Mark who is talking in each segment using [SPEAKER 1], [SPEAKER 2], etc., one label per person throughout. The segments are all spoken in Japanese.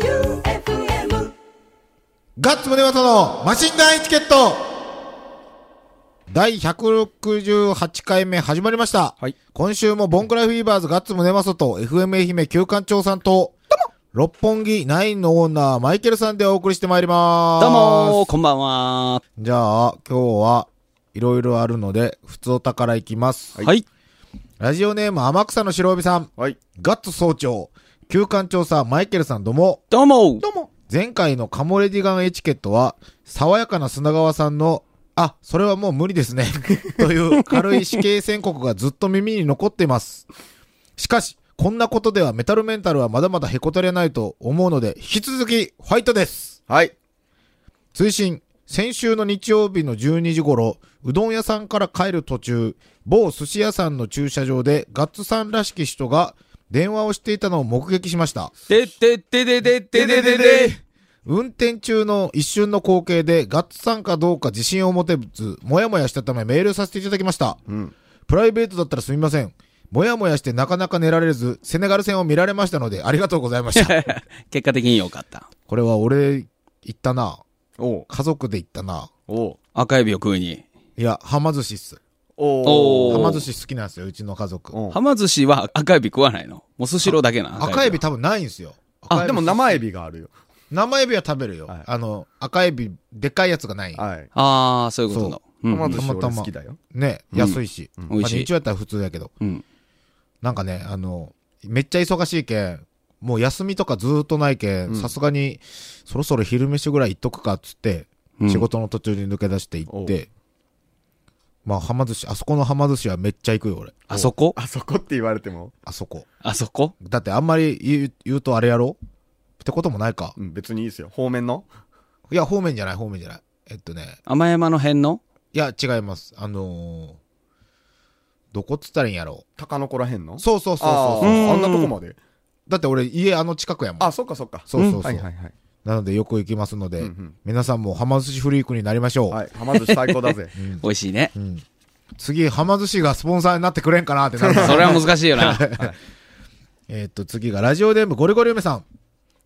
[SPEAKER 1] J-O-E-U-F-M
[SPEAKER 2] ガッツムネマソのマシンガンエチケット第168回目始まりました。
[SPEAKER 3] はい
[SPEAKER 2] 今週もボンクラフィーバーズガッツムネマソと FM 愛媛旧館長さんと、六本木ナインのオーナーマイケルさんでお送りしてまいります。
[SPEAKER 3] どうもーこんばんは
[SPEAKER 2] じゃあ、今日はいろいろあるので、普通お宝からいきます。
[SPEAKER 3] ー。はい。
[SPEAKER 2] ラジオネーム天草の白帯さん、
[SPEAKER 4] はい。
[SPEAKER 2] ガッツ総長、旧館長さんマイケルさんどうも。
[SPEAKER 3] どうもー
[SPEAKER 2] どうも。前回のカモレディガンエチケットは、爽やかな砂川さんの、あ、それはもう無理ですね。 という軽い死刑宣告がずっと耳に残っています。しかし、こんなことではメタルメンタルはまだまだへこたれないと思うので、引き続き、ファイトです。
[SPEAKER 4] はい。
[SPEAKER 2] 追伸先週の日曜日の12時頃、うどん屋さんから帰る途中、某寿司屋さんの駐車場でガッツさんらしき人が電話をしていたのを目撃しました。
[SPEAKER 3] ででででででででで
[SPEAKER 2] 運転中の一瞬の光景でガッツさんかどうか自信を持てず、もやもやしたためメールさせていただきました。
[SPEAKER 4] ん
[SPEAKER 2] プライベートだったらすみません。もやもやしてなかなか寝られず、セネガル戦を見られましたので、ありがとうございま した。
[SPEAKER 3] 結果的に良かった。
[SPEAKER 2] これは俺、行ったな。
[SPEAKER 4] おう。
[SPEAKER 2] 家族で行ったな。
[SPEAKER 4] おう。
[SPEAKER 3] 赤指を食いに。
[SPEAKER 2] いや、はま寿司っす。
[SPEAKER 3] お
[SPEAKER 4] お
[SPEAKER 3] ー
[SPEAKER 4] う。
[SPEAKER 2] はま寿司好きなんですよ、うちの家族。
[SPEAKER 4] おう
[SPEAKER 3] はま寿司は赤指食わないの。もうスシローだけな。
[SPEAKER 2] 赤エビ
[SPEAKER 3] は
[SPEAKER 2] 多分ないんすよ。赤
[SPEAKER 4] あ、
[SPEAKER 2] エビ
[SPEAKER 4] でも生エビがあるよ。
[SPEAKER 2] 生エビは食べるよ。
[SPEAKER 4] はい
[SPEAKER 2] あの、赤エビ、でっかいやつがない。
[SPEAKER 4] はい。
[SPEAKER 3] あー、そういうことだ
[SPEAKER 2] そ。
[SPEAKER 3] うん
[SPEAKER 4] まず
[SPEAKER 2] たまたま
[SPEAKER 4] 俺好きだよ。
[SPEAKER 2] ね、
[SPEAKER 3] ん
[SPEAKER 2] 安いし。
[SPEAKER 3] 美味
[SPEAKER 2] まあ
[SPEAKER 3] しい
[SPEAKER 2] 日。曜やったら普通やけど。
[SPEAKER 3] うん。
[SPEAKER 2] なんかね、あの、めっちゃ忙しいけん、もう休みとかずーっとないけん、
[SPEAKER 4] うん
[SPEAKER 2] さすがに、そろそろ昼飯ぐらい行っとくかっつって、
[SPEAKER 3] うん
[SPEAKER 2] 仕事の途中に抜け出して行って、まあ、はま寿司、あそこのはま寿司はめっちゃ行くよ、俺。
[SPEAKER 3] あそこ
[SPEAKER 4] あそこって言われても、
[SPEAKER 2] あそこ。
[SPEAKER 3] あそこ
[SPEAKER 2] だってあんまり言う言うとあれやろってこともないか。
[SPEAKER 4] うん、別にいいですよ。方面の
[SPEAKER 2] いや、方面じゃない、方面じゃない。えっとね、
[SPEAKER 3] 甘山の辺の
[SPEAKER 2] いや、違います。あのー、どこっつったらいいんやろ
[SPEAKER 4] 高の子らへんの
[SPEAKER 2] そうそうそう
[SPEAKER 4] あ
[SPEAKER 2] そうそう。
[SPEAKER 4] ー
[SPEAKER 3] うん
[SPEAKER 4] あんなとこまで。
[SPEAKER 2] だって俺、家あの近くやもん。
[SPEAKER 4] あ、そっかそっか。
[SPEAKER 2] そうそうそう。
[SPEAKER 4] はいはいはい。
[SPEAKER 2] なのでよく行きますので、
[SPEAKER 4] うんうん
[SPEAKER 2] 皆さんもはま寿司フリークになりましょう。
[SPEAKER 4] はい。はま寿司最高だぜ。
[SPEAKER 3] 美味しいね。
[SPEAKER 2] 次、はま寿司がスポンサーになってくれんかなってなる
[SPEAKER 3] それは難しいよな。
[SPEAKER 2] えーっと、次がラジオネームゴリゴリ梅さん。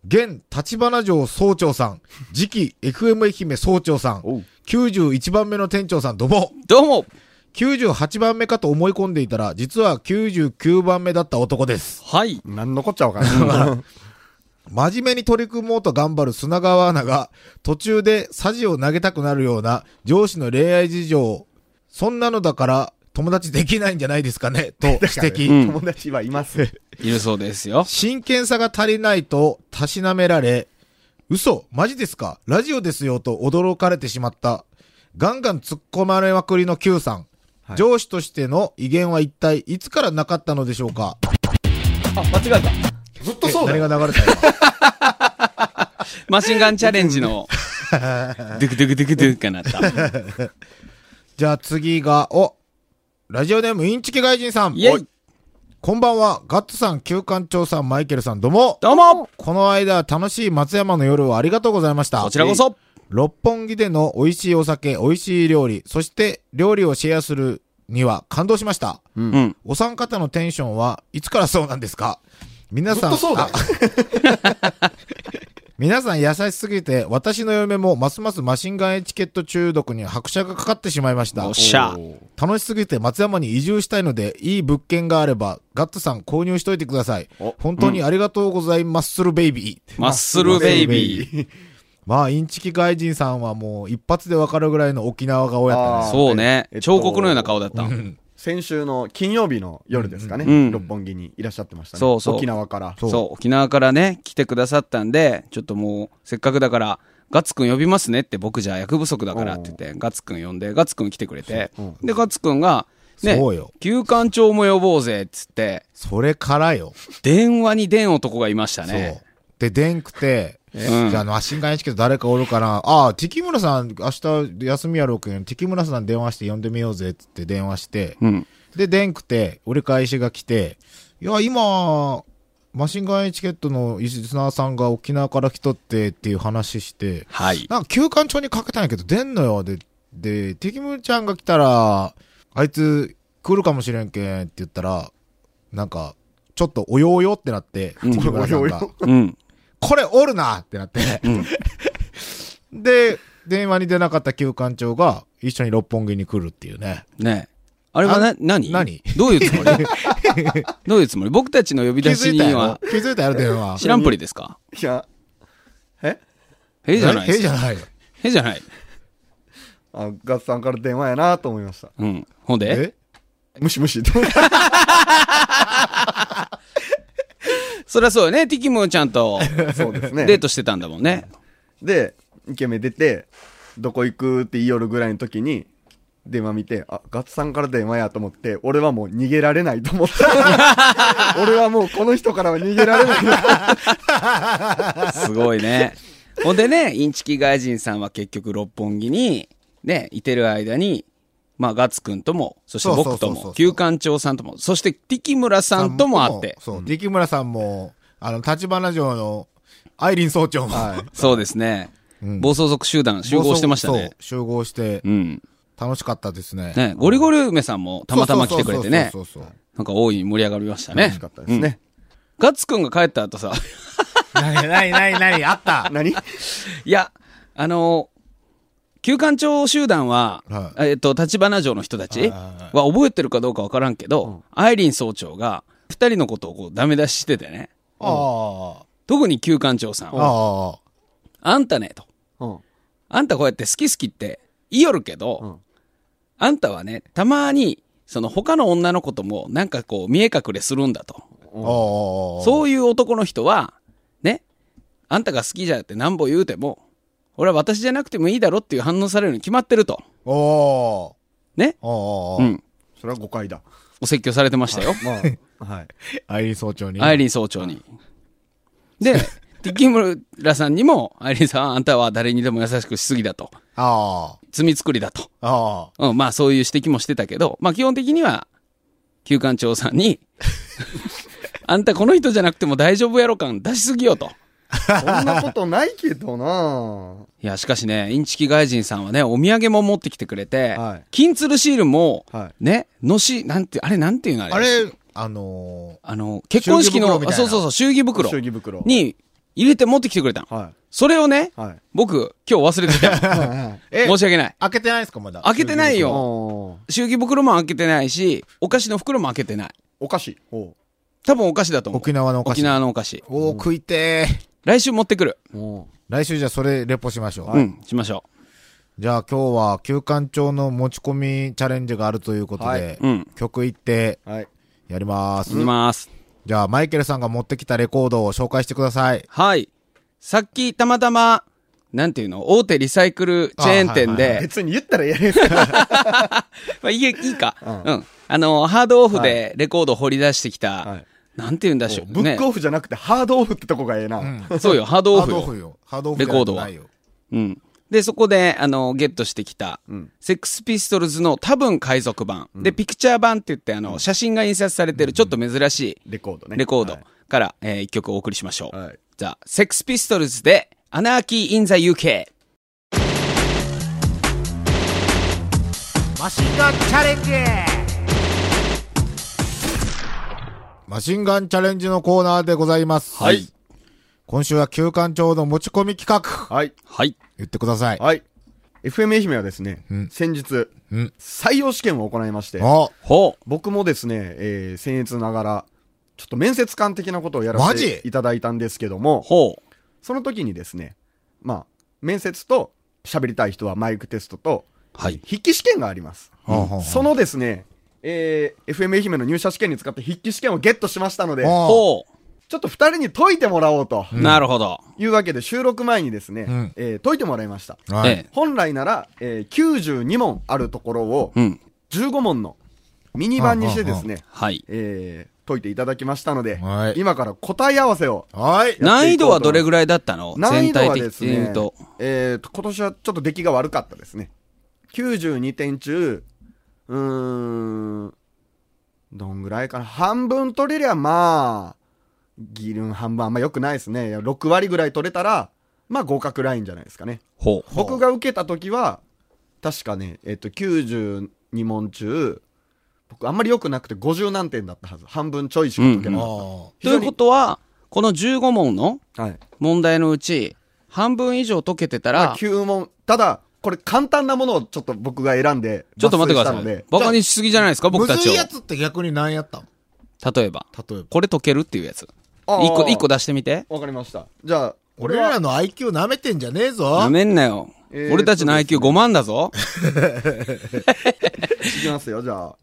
[SPEAKER 2] 現、立花城総長さん。次期、FM 愛媛総長さん。
[SPEAKER 4] おう。
[SPEAKER 2] 91番目の店長さん、どうも。
[SPEAKER 3] どうも
[SPEAKER 2] 98番目かと思い込んでいたら、実は99番目だった男です。
[SPEAKER 3] はい。
[SPEAKER 4] なんのこっちゃわから ん。
[SPEAKER 2] 真面目に取り組もうと頑張る砂川アナが、途中でサジを投げたくなるような上司の恋愛事情、そんなのだから友達できないんじゃないですか ね、と指摘。
[SPEAKER 3] うん
[SPEAKER 4] 友達はいます。
[SPEAKER 3] いるそうで すよ。
[SPEAKER 2] 真剣さが足りないとたしなめられ、嘘マジですかラジオですよと驚かれてしまった。ガンガン突っ込まれまくりの Q さん。
[SPEAKER 4] はい
[SPEAKER 2] 上司としての威厳は一体いつからなかったのでしょうか
[SPEAKER 4] あ、間違えた。ずっとそうだ
[SPEAKER 2] え
[SPEAKER 4] よ。
[SPEAKER 2] 何が流れた今
[SPEAKER 3] マシンガンチャレンジの、ドゥクドゥクドゥクドゥクかなった。
[SPEAKER 2] じゃあ次が、おラジオネームインチキ外人さん。
[SPEAKER 3] イェ
[SPEAKER 2] お
[SPEAKER 3] イ
[SPEAKER 2] いこんばんは。ガッツさん、旧館長さん、マイケルさん、どうも。
[SPEAKER 3] どうも
[SPEAKER 2] この間、楽しい松山の夜をありがとうございました。
[SPEAKER 3] こちらこそ
[SPEAKER 2] 六本木での美味しいお酒、美味しい料理、そして料理をシェアするには感動しました。
[SPEAKER 3] うん。
[SPEAKER 2] お三方のテンションはいつからそうなんですか皆
[SPEAKER 4] ず
[SPEAKER 2] さ
[SPEAKER 4] っ
[SPEAKER 2] ん、
[SPEAKER 4] とそうだよ
[SPEAKER 2] あ。 皆さん優しすぎて、私の嫁もますますマシンガンエチケット中毒に拍車がかかってしまいました
[SPEAKER 3] おっ。しゃ
[SPEAKER 4] お。う
[SPEAKER 2] 楽しすぎて松山に移住したいので、いい物件があれば、ガッツさん購入しといてください
[SPEAKER 4] お。
[SPEAKER 2] 本当にありがとうございます、するベイビー。
[SPEAKER 3] マッスルベイビー。
[SPEAKER 2] まあ、インチキ外人さんはもう一発でわかるぐらいの沖縄顔やった
[SPEAKER 4] あー
[SPEAKER 2] ね。
[SPEAKER 3] そうね
[SPEAKER 4] え。っと
[SPEAKER 3] 彫刻のような顔だった。
[SPEAKER 4] 先週の金曜日の夜ですかね、
[SPEAKER 3] うん
[SPEAKER 4] 六本木にいらっしゃってましたね。
[SPEAKER 3] そうそう
[SPEAKER 4] 沖縄から。
[SPEAKER 2] そう
[SPEAKER 3] そう、沖縄からね、来てくださったんで、ちょっともう、せっかくだから、ガッツくん呼びますねって、僕じゃ役不足だからって言って、ガッツくん呼んで、ガッツくん来てくれて、で、ガッツくんが、ね
[SPEAKER 2] そうよ、
[SPEAKER 3] 休館長も呼ぼうぜっつって、
[SPEAKER 2] それからよ。
[SPEAKER 3] 電話に出ん男がいましたね。
[SPEAKER 2] そう。で、でんくて、
[SPEAKER 3] うん
[SPEAKER 2] じゃあ、あの、マシンガンエチケット誰かおるかな。ああ、ティキムラさん、明日休みやろうけん、ティキムラさん電話して呼んでみようぜってって電話して、
[SPEAKER 3] うん。
[SPEAKER 2] で、でんくて、折り返しが来て、いや、今、マシンガンエチケットのリスナーさんが沖縄から来とってっていう話して、
[SPEAKER 3] はい。
[SPEAKER 2] なんか休館長にかけたんやけど、出んのよ。で、で、テキムちゃんが来たら、あいつ来るかもしれんけんって言ったら、なんか、ちょっとおよおよってなって、
[SPEAKER 3] ん
[SPEAKER 2] 木村さん
[SPEAKER 4] およお
[SPEAKER 2] が
[SPEAKER 4] よ
[SPEAKER 3] うん。
[SPEAKER 2] これおるなってなって、 で、電話に出なかった旧館長が一緒に六本木に来るっていうね。
[SPEAKER 3] ねえあれはな、何
[SPEAKER 2] 何
[SPEAKER 3] どういうつも りどういうつもり僕たちの呼び
[SPEAKER 2] 気づ
[SPEAKER 3] 出し
[SPEAKER 2] い
[SPEAKER 3] に
[SPEAKER 2] た
[SPEAKER 3] は
[SPEAKER 2] よ。、気づいたやろ、電話。
[SPEAKER 3] 知らんぷりですか
[SPEAKER 4] いや、え
[SPEAKER 3] へえじゃない
[SPEAKER 2] え
[SPEAKER 3] で
[SPEAKER 2] え
[SPEAKER 3] す
[SPEAKER 2] じ
[SPEAKER 3] か
[SPEAKER 2] ゃない。
[SPEAKER 3] へえじゃない。
[SPEAKER 4] あ、ガッツさんから電話やなと思いました。
[SPEAKER 3] うん。ほんで
[SPEAKER 2] え
[SPEAKER 4] ムシムシって。
[SPEAKER 3] そりゃそうよね。ティキムちゃん と
[SPEAKER 4] そうですね。
[SPEAKER 3] デートしてたんだもんね。
[SPEAKER 4] で、イケメン出て、どこ行くって言いよるぐらいの時に、電話見て、あ、ガッツさんから電話やと思って、俺はもう逃げられないと思った。 俺はもうこの人からは逃げられない。
[SPEAKER 3] すごいね。ほんでね、インチキ外人さんは結局六本木に、ね、いてる間に、まあ、ガッツくんとも、そして
[SPEAKER 2] そ
[SPEAKER 3] 僕と
[SPEAKER 2] うそうそうそうそ
[SPEAKER 3] も
[SPEAKER 2] う、
[SPEAKER 3] 旧館長さんとも、そしてティキムラさんとも会って。
[SPEAKER 2] そう、ディキムラさんも、あの、立花城のアイリン総長も、
[SPEAKER 4] はい。
[SPEAKER 3] そうですね。暴走族集団集合してました
[SPEAKER 2] そ
[SPEAKER 3] ね
[SPEAKER 2] う。集合して
[SPEAKER 3] う、ん。
[SPEAKER 2] 楽しかったですね。
[SPEAKER 3] ね、ゴリゴリ梅さんもたまたま来てくれてね
[SPEAKER 2] そ。うそうそうそう
[SPEAKER 3] なんか大いに盛り上がりました
[SPEAKER 4] 楽
[SPEAKER 3] ね
[SPEAKER 4] し。かったですね。
[SPEAKER 3] ガッツくんが帰った後さ、
[SPEAKER 2] そう。なになになになにあった
[SPEAKER 4] 何
[SPEAKER 3] いや、あの旧館長集団は、
[SPEAKER 2] は
[SPEAKER 3] えっと、立花城の人たちは覚えてるかどうかわからんけど、アイリン総長が二人のことをこうダメ出ししててね。
[SPEAKER 2] ああ。
[SPEAKER 3] 特に旧館長さんは、
[SPEAKER 2] ああ。
[SPEAKER 3] あんたね、と。
[SPEAKER 4] うん。
[SPEAKER 3] あんたこうやって好き好きって言いよるけど、
[SPEAKER 4] ん
[SPEAKER 3] あんたはね、たまに、その他の女の子ともなんかこう見え隠れするんだと。
[SPEAKER 2] ああ。
[SPEAKER 3] そういう男の人は、ね、あんたが好きじゃってなんぼ言うても、俺は私じゃなくてもいいだろっていう反応されるに決まってると。
[SPEAKER 2] おー
[SPEAKER 3] ね。
[SPEAKER 2] おーおーお
[SPEAKER 3] う
[SPEAKER 2] ー
[SPEAKER 3] ん。
[SPEAKER 4] それは誤解だ。
[SPEAKER 3] お説教されてましたよ。
[SPEAKER 4] まあ、はい。
[SPEAKER 2] アイリン総長に。
[SPEAKER 3] アイリン総長に。 で、ティッキムラさんにも、アイリンさんはあんたは誰にでも優しくしすぎだと。
[SPEAKER 2] あ
[SPEAKER 3] 罪作りだと。
[SPEAKER 2] あ。あ
[SPEAKER 3] うん、まあそういう指摘もしてたけど、まあ基本的には、旧館長さん に、あんたこの人じゃなくても大丈夫やろ感出しすぎよと。
[SPEAKER 4] そんなことないけどない
[SPEAKER 3] や、しかしね、インチキ外人さんはね、お土産も持ってきてくれて、
[SPEAKER 4] はい
[SPEAKER 3] 金鶴シールも、
[SPEAKER 4] は
[SPEAKER 3] ね、のし、なんて、あれなんていうのあれ
[SPEAKER 2] あ。あれ、あの
[SPEAKER 3] あの、結婚式
[SPEAKER 2] 祝儀
[SPEAKER 3] の
[SPEAKER 2] 袋み、たい
[SPEAKER 3] あ
[SPEAKER 2] な
[SPEAKER 3] そうそうそう、祝儀袋
[SPEAKER 4] 祝儀袋
[SPEAKER 3] に入れて持ってきてくれたの。
[SPEAKER 4] は
[SPEAKER 3] それをね、
[SPEAKER 4] い。はい。
[SPEAKER 3] 僕、今日忘れてた。
[SPEAKER 4] はい。
[SPEAKER 2] え
[SPEAKER 3] 申し訳ない。
[SPEAKER 2] ー、開けてないですかまだ。
[SPEAKER 3] 開けてないよ。
[SPEAKER 4] お
[SPEAKER 3] 祝儀袋も開けてないし、お菓子の袋も開けてない。
[SPEAKER 4] お菓子。おう
[SPEAKER 3] 多分お菓子だと思う。
[SPEAKER 2] 沖縄のお菓子
[SPEAKER 3] 沖縄のお菓子。
[SPEAKER 2] おー、食いてー。
[SPEAKER 3] 来週持ってくる。
[SPEAKER 4] おう
[SPEAKER 2] 来週じゃあそれレポしましょう。
[SPEAKER 3] うん、しましょ
[SPEAKER 2] じゃあ今日は休館長の持ち込みチャレンジがあるということで、
[SPEAKER 4] はい
[SPEAKER 3] うん
[SPEAKER 2] 曲行って
[SPEAKER 4] はい。
[SPEAKER 2] やります。
[SPEAKER 3] う。いきます。
[SPEAKER 2] じゃあマイケルさんが持ってきたレコードを紹介してください。
[SPEAKER 3] はい。さっき、たまたま、なんていうの大手リサイクルチェー
[SPEAKER 2] あ
[SPEAKER 3] ン店
[SPEAKER 2] はいはい
[SPEAKER 3] で、
[SPEAKER 4] 別に言ったらええですけど
[SPEAKER 3] まあ、いい、いいか。
[SPEAKER 4] う
[SPEAKER 3] うん。あの、ハードオフでレコードを掘り出してき
[SPEAKER 4] は
[SPEAKER 3] た
[SPEAKER 4] い、
[SPEAKER 3] なんていうんだしょう。
[SPEAKER 4] ブックオフじゃなくてハードオフってとこがええな。
[SPEAKER 3] ね。そうよ、ハードオフ
[SPEAKER 2] ハ
[SPEAKER 3] よ
[SPEAKER 2] ードオフよ。ハードオフじゃないよ。
[SPEAKER 3] うん。で、そこで、あの、ゲットしてきた、セックスピストルズの多分海賊版、で、ピクチャー版って言って、あの、写真が印刷されてる、ちょっと珍しい
[SPEAKER 4] レコードね。
[SPEAKER 3] レコード
[SPEAKER 4] はい
[SPEAKER 3] から、えー一曲お送りしましょう。
[SPEAKER 4] はい
[SPEAKER 3] じゃあ、セックスピストルズで、アナーキー・イン・ザ・ UK。
[SPEAKER 2] マシンガンチャレンジマシンガンチャレンジのコーナーでございます。
[SPEAKER 4] はい。
[SPEAKER 2] 今週は休館長の持ち込み企画。
[SPEAKER 4] はい。
[SPEAKER 3] はい。
[SPEAKER 2] 言ってください。
[SPEAKER 4] はい。FM 愛媛はですね、先日、
[SPEAKER 2] ん
[SPEAKER 4] 採用試験を行いまして、
[SPEAKER 2] あ、
[SPEAKER 3] ほう。
[SPEAKER 4] 僕もですね、えー、僭越ながら、ちょっと面接官的なことをやら
[SPEAKER 2] マ
[SPEAKER 4] せ
[SPEAKER 2] ジ
[SPEAKER 4] ていただいたんですけども、
[SPEAKER 3] ほう。
[SPEAKER 4] その時にですね、まあ、面接と喋りたい人はマイクテストと、
[SPEAKER 3] はい。
[SPEAKER 4] 筆記試験があります。
[SPEAKER 2] はあはあはあ
[SPEAKER 4] そのですね、えー、FM 愛媛の入社試験に使って筆記試験をゲットしましたので、
[SPEAKER 2] ああ
[SPEAKER 3] ほ
[SPEAKER 4] ちょっと二人に解いてもらおうと
[SPEAKER 3] う。なるほど。
[SPEAKER 4] いうわけで収録前にですね、
[SPEAKER 2] ん
[SPEAKER 4] えー解いてもらいました。
[SPEAKER 2] はい
[SPEAKER 3] ええ
[SPEAKER 4] 本来なら、えー92問あるところを、
[SPEAKER 3] うん。
[SPEAKER 4] 15問のミニ版にしてですね、
[SPEAKER 3] はい。
[SPEAKER 4] えー解いていただきましたので、
[SPEAKER 2] はい
[SPEAKER 4] 今から答え合わせを。
[SPEAKER 2] はい。
[SPEAKER 3] 難易度はどれぐらいだったの
[SPEAKER 4] 難易度はです
[SPEAKER 3] 全体的に
[SPEAKER 4] ね
[SPEAKER 3] 言うと。、
[SPEAKER 4] えーと、今年はちょっと出来が悪かったですね。92点中、うーん、どんぐらいかな。半分取れりゃまあ、ギルン半分あんま良くないですね。6割ぐらい取れたら、まあ合格ラインじゃないですかね。
[SPEAKER 3] ほう。
[SPEAKER 4] 僕が受けた時は確かねえっと92問中僕あんまり良くなくて50何点だったはず。半分ちょいしか解けな
[SPEAKER 2] あ
[SPEAKER 4] かっ
[SPEAKER 2] あ。
[SPEAKER 4] 非
[SPEAKER 3] と
[SPEAKER 4] 常
[SPEAKER 3] い
[SPEAKER 4] に
[SPEAKER 3] うことは、この15問の
[SPEAKER 4] た。はい。
[SPEAKER 3] 問題のうち、半分以上解けてたら、ち
[SPEAKER 4] 9問。ただ、これ簡単なものをちょっと僕が選んで、
[SPEAKER 3] ょっと待ってくだ
[SPEAKER 4] 抜粋したの
[SPEAKER 3] さい
[SPEAKER 4] で。
[SPEAKER 3] バカにしすぎじゃないですか、僕
[SPEAKER 2] む
[SPEAKER 3] た
[SPEAKER 2] ず
[SPEAKER 3] ちを。
[SPEAKER 2] いや
[SPEAKER 3] 例
[SPEAKER 2] つって逆に何やったん
[SPEAKER 3] えば。
[SPEAKER 2] 例えば。
[SPEAKER 3] これ解けるっていうやつ。
[SPEAKER 4] あー
[SPEAKER 3] 一個、一個出してみて。
[SPEAKER 4] わかりました。じゃあ、
[SPEAKER 2] 俺らの IQ 舐めてんじゃねえぞ
[SPEAKER 3] な。めんなよ
[SPEAKER 4] えー。
[SPEAKER 3] 俺たちの IQ5 万だぞ。
[SPEAKER 4] いきますよ、じゃあ。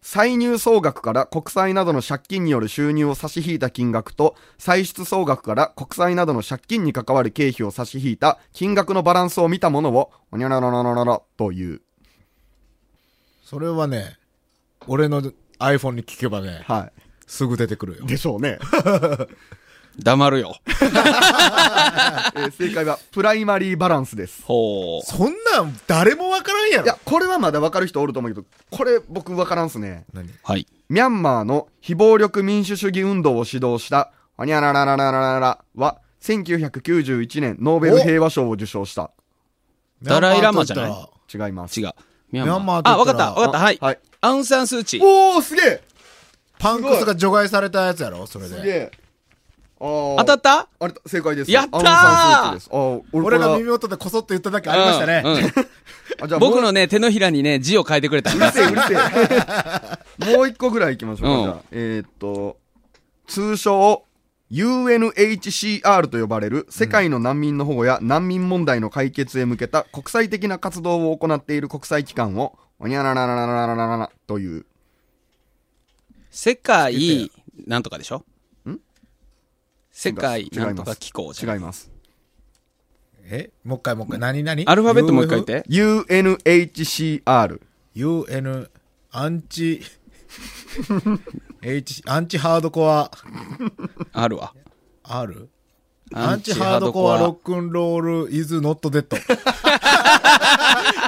[SPEAKER 4] 歳入総額から国債などの借金による収入を差し引いた金額と、歳出総額から国債などの借金に関わる経費を差し引いた金額のバランスを見たものを、おにゃららららららという。
[SPEAKER 2] それはね、俺の iPhone に聞けばね、
[SPEAKER 4] は
[SPEAKER 2] すぐ出てくるよ
[SPEAKER 4] い。。でしょうね。
[SPEAKER 3] 黙るよ。
[SPEAKER 4] えー正解は、プライマリーバランスです。
[SPEAKER 3] ほう。
[SPEAKER 2] そんなん誰もわからんや
[SPEAKER 4] い
[SPEAKER 2] ろ
[SPEAKER 4] や。、これはまだわかる人おると思うけど、これ僕わからんっすね。
[SPEAKER 2] 何
[SPEAKER 3] はい。
[SPEAKER 4] ミャンマーの非暴力民主主義運動を指導した、おにゃらららららららは、1991年ノーベル平和賞を受賞した。
[SPEAKER 3] ダライラマじゃない
[SPEAKER 2] ミャンマーと
[SPEAKER 4] 違います。
[SPEAKER 3] 違う。ミ
[SPEAKER 2] ミャンマーだ
[SPEAKER 3] あ、
[SPEAKER 2] っ
[SPEAKER 3] わ
[SPEAKER 2] た
[SPEAKER 3] からった、わかった。はい。
[SPEAKER 4] はい
[SPEAKER 3] アウンサンスーチー。
[SPEAKER 4] おおすげえ
[SPEAKER 2] ったらパンクスが除外されたやつやろそれ
[SPEAKER 4] すげ
[SPEAKER 2] で。
[SPEAKER 4] えあー
[SPEAKER 3] 当たった
[SPEAKER 4] あれ正解です。
[SPEAKER 3] やったー
[SPEAKER 4] アウンサンスーチーですあー
[SPEAKER 2] 俺
[SPEAKER 4] 俺
[SPEAKER 2] が
[SPEAKER 4] が
[SPEAKER 2] 耳元でこそっと言っただけありましたね。
[SPEAKER 3] うんうん
[SPEAKER 4] あ じゃあ
[SPEAKER 3] 僕
[SPEAKER 4] もう
[SPEAKER 3] のね、手のひらにね、字を変えてくれたん
[SPEAKER 4] う
[SPEAKER 3] で
[SPEAKER 4] る
[SPEAKER 3] す
[SPEAKER 4] せえ、うるせえ。もう一個ぐらい行きましょう
[SPEAKER 3] う
[SPEAKER 4] か。
[SPEAKER 3] ん
[SPEAKER 4] じゃあえーっと、通称、UNHCR と呼ばれる世界の難民の保護や難民問題の解決へ向けた国際的な活動を行っている国際機関を、おにゃらららららららららという。
[SPEAKER 3] 世界、なんとかでしょ
[SPEAKER 4] ん
[SPEAKER 3] 世界、
[SPEAKER 4] 違います
[SPEAKER 3] なんとか機構じ
[SPEAKER 4] 違
[SPEAKER 3] ゃん
[SPEAKER 4] います。
[SPEAKER 2] えもう一回もう一回。何何
[SPEAKER 3] アルファベットもう一回言って。
[SPEAKER 4] UNHCR。
[SPEAKER 2] UF ?UN、アンチ、H、アンチハードコア
[SPEAKER 3] あるわ。
[SPEAKER 2] R? アンチハードコアロックンロールイズノットデッ ド。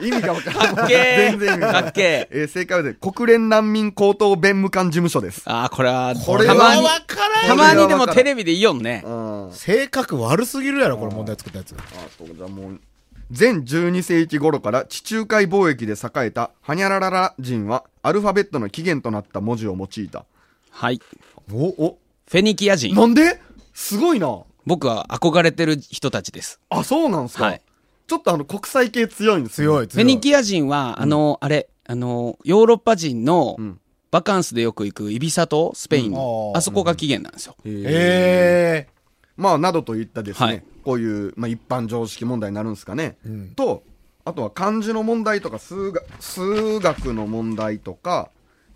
[SPEAKER 4] 意味がわから
[SPEAKER 3] か
[SPEAKER 4] な
[SPEAKER 3] っ
[SPEAKER 4] い。
[SPEAKER 3] けー
[SPEAKER 4] 全然意味がわから
[SPEAKER 3] か
[SPEAKER 4] な
[SPEAKER 3] っ
[SPEAKER 4] い。
[SPEAKER 3] け
[SPEAKER 4] えー正解はね、国連難民高等弁務官事務所です。
[SPEAKER 3] ああ、これは、
[SPEAKER 2] これ
[SPEAKER 3] た
[SPEAKER 2] は
[SPEAKER 3] まに
[SPEAKER 2] わ、からん
[SPEAKER 3] たまにでもテレビでいいよんね
[SPEAKER 4] う。ん。あ
[SPEAKER 2] 性格悪すぎるやろ、これ問題作ったやつ。
[SPEAKER 4] と、じゃあもう、全12世紀頃から地中海貿易で栄えたハニャラララ人は、アルファベットの起源となった文字を用いた。
[SPEAKER 3] はい。
[SPEAKER 2] お、お、
[SPEAKER 3] フェニキア人。
[SPEAKER 4] なんですごいな。
[SPEAKER 3] 僕は憧れてる人たちです。
[SPEAKER 4] あ、そうなんすか。
[SPEAKER 3] はい
[SPEAKER 4] ちょっとあの、国際系強いんですよ。
[SPEAKER 2] 強い、
[SPEAKER 3] フェ
[SPEAKER 2] 強い。
[SPEAKER 3] ニキア人は、あの、あれ、あの、ヨーロッパ人の
[SPEAKER 4] ん
[SPEAKER 3] バカンスでよく行くイビサ島、スペインの
[SPEAKER 2] う、ん
[SPEAKER 3] あそこが起源なんですよ。
[SPEAKER 2] え
[SPEAKER 4] まあ、などといったですね、
[SPEAKER 3] はい
[SPEAKER 4] こういう、まあ、一般常識問題になるんですかね。と、あとは漢字の問題とか数学、数学の問題とか、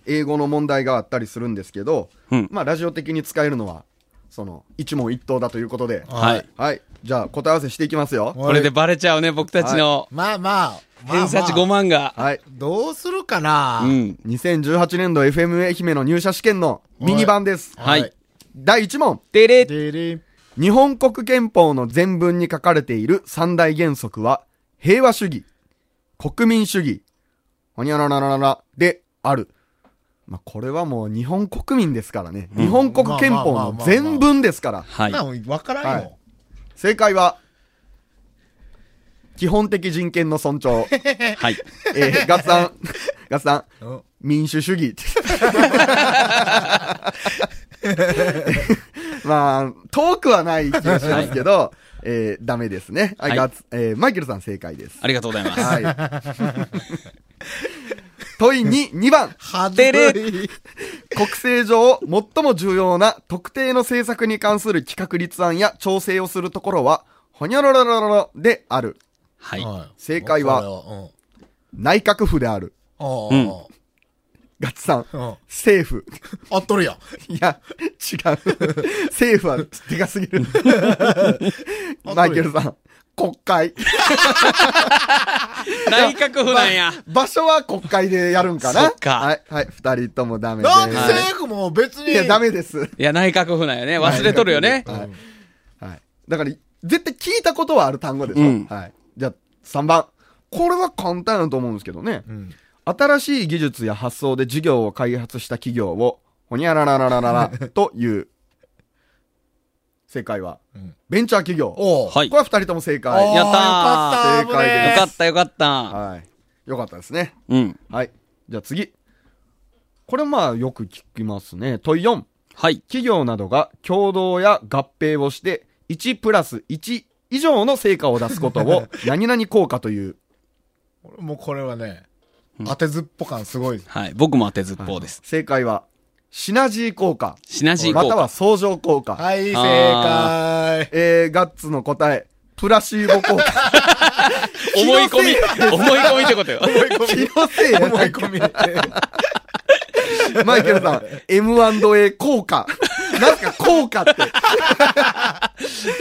[SPEAKER 4] 英語の問題があったりするんですけど、
[SPEAKER 3] うん
[SPEAKER 4] まあ、ラジオ的に使えるのは、その、一問一答だということで、
[SPEAKER 2] は
[SPEAKER 3] はいい。
[SPEAKER 4] はい。じゃあ、答え合わせしていきますよ。
[SPEAKER 2] ー。
[SPEAKER 3] これでバレちゃうね、僕たちの
[SPEAKER 2] まあまあ、まあ
[SPEAKER 3] 偏差値5
[SPEAKER 2] まあ
[SPEAKER 3] 万が。
[SPEAKER 4] はい。
[SPEAKER 2] どうするかな
[SPEAKER 3] うん。
[SPEAKER 4] 2018年度 FM 愛媛の入社試験のミニ版です。
[SPEAKER 3] はい
[SPEAKER 4] 第1問。
[SPEAKER 3] てれ
[SPEAKER 2] でりん
[SPEAKER 4] 日本国憲法の全文に書かれている三大原則は、平和主義、国民主義、ほにゃらららららである。まあ、これはもう日本国民ですからね。日本国憲法の全文ですから。
[SPEAKER 3] はい。
[SPEAKER 2] なんもわからん
[SPEAKER 4] は
[SPEAKER 2] よ。
[SPEAKER 4] 正解は、基本的人権の尊重。
[SPEAKER 3] はい。
[SPEAKER 4] えー、ガッツさん、ガッツさん、
[SPEAKER 2] うん
[SPEAKER 4] 民主主義。まあ、遠くはない気がしますけど、えーダメですね。はい、
[SPEAKER 3] はい
[SPEAKER 4] ガッツ、えーマイケルさん正解です。
[SPEAKER 3] ありがとうございます。
[SPEAKER 4] はい。問い2、2番。
[SPEAKER 2] は
[SPEAKER 3] てれ
[SPEAKER 2] い。
[SPEAKER 4] 国政上、最も重要な特定の政策に関する企画立案や調整をするところは、ほにょろろろろろである。
[SPEAKER 3] はい。
[SPEAKER 4] 正解は
[SPEAKER 2] こ
[SPEAKER 4] 内閣府である。
[SPEAKER 2] れは
[SPEAKER 3] う
[SPEAKER 2] うんん。あ
[SPEAKER 4] ガッツさん、
[SPEAKER 2] あ、うん。
[SPEAKER 4] 政府。
[SPEAKER 2] 合っとるやん。
[SPEAKER 4] いや、違う。政府はでかす ぎる。マイケルさん、国会。
[SPEAKER 3] 内閣府なんや。
[SPEAKER 4] 場所は国会でやるんかな
[SPEAKER 3] そっか
[SPEAKER 4] はい、はい、二人ともダメで。
[SPEAKER 2] なんです政府も別
[SPEAKER 4] い
[SPEAKER 2] に。
[SPEAKER 4] や、ダメです。
[SPEAKER 3] いや、内閣府なんやね。忘れとるよね。
[SPEAKER 4] はい。はい。だから、絶対聞いたことはある単語でしょ。
[SPEAKER 3] うん
[SPEAKER 4] はい。じゃあ、3番。これは簡単だと思うんですけどね。
[SPEAKER 2] うん。
[SPEAKER 4] 新しい技術や発想で事業を開発した企業を、ほにゃららららら らという。正解は、
[SPEAKER 2] うん
[SPEAKER 4] ベンチャー企業。
[SPEAKER 2] おう。
[SPEAKER 3] はい
[SPEAKER 4] これは二人とも正
[SPEAKER 2] お
[SPEAKER 4] 解。
[SPEAKER 2] ー
[SPEAKER 3] や
[SPEAKER 2] よかっ
[SPEAKER 3] ったー
[SPEAKER 2] た
[SPEAKER 4] 正解で
[SPEAKER 3] よ
[SPEAKER 4] す
[SPEAKER 3] かったよかった。
[SPEAKER 4] はい。よかったですね。
[SPEAKER 3] うん。
[SPEAKER 4] はい。じゃあ次。これまあよく聞きますね。問4。
[SPEAKER 3] はい。
[SPEAKER 4] 企業などが共同や合併をして、1プラス1以上の成果を出すこと を、何々効果という。
[SPEAKER 2] 俺もうこれはね、当てずっぽ感すごい。
[SPEAKER 3] はい。僕も当てずっぽうです。
[SPEAKER 4] 正解は、シナジー効果。
[SPEAKER 3] シナジー
[SPEAKER 4] ま
[SPEAKER 3] 効
[SPEAKER 4] たは
[SPEAKER 3] 果。
[SPEAKER 4] 相乗効果。
[SPEAKER 2] はい、正解
[SPEAKER 3] あ。
[SPEAKER 4] えー、ガッツの答え、プラシーボ効果。
[SPEAKER 3] 思い込み、思い込みってことよ。
[SPEAKER 4] 気のせいや
[SPEAKER 2] 思い込み。
[SPEAKER 4] マイケルさん、M&A 効果。なんすか効果って。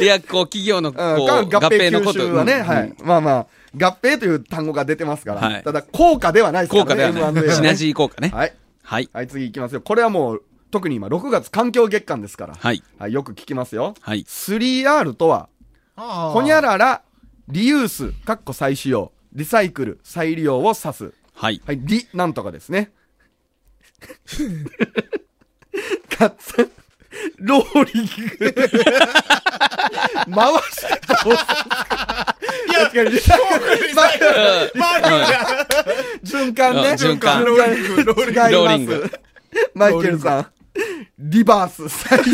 [SPEAKER 3] いや、こう、企業の、こう、
[SPEAKER 4] うん
[SPEAKER 3] 合併のこ
[SPEAKER 4] 吸収
[SPEAKER 3] と。
[SPEAKER 4] はね、
[SPEAKER 3] うん
[SPEAKER 4] はい。まあまあ、合併という単語が出てますから。
[SPEAKER 3] はい
[SPEAKER 4] ただ、効果ではないですか
[SPEAKER 3] 効
[SPEAKER 4] らね。
[SPEAKER 3] 果ではな
[SPEAKER 4] M&A
[SPEAKER 3] い。
[SPEAKER 4] は
[SPEAKER 3] シナジー効果ね。
[SPEAKER 4] はい。
[SPEAKER 3] はい。
[SPEAKER 4] はい、次いきますよ。これはもう、特に今、6月環境月間ですから。
[SPEAKER 3] はい。
[SPEAKER 4] はい、よく聞きますよ。
[SPEAKER 3] はい。
[SPEAKER 4] 3R とは、ほ
[SPEAKER 2] ほ
[SPEAKER 4] にゃらら、リユース、かっこ再使用、リサイクル、再利用を指す。
[SPEAKER 3] はい。
[SPEAKER 4] はい、リ、なんとかですね。かっつ、ローリング。回してどういや、確かに、リサイクル、まあ循環ね。
[SPEAKER 3] うん循環
[SPEAKER 4] ローリング、ロー
[SPEAKER 3] ローリン
[SPEAKER 4] 違います
[SPEAKER 3] グ。
[SPEAKER 4] マイケルさん。リバース、再生。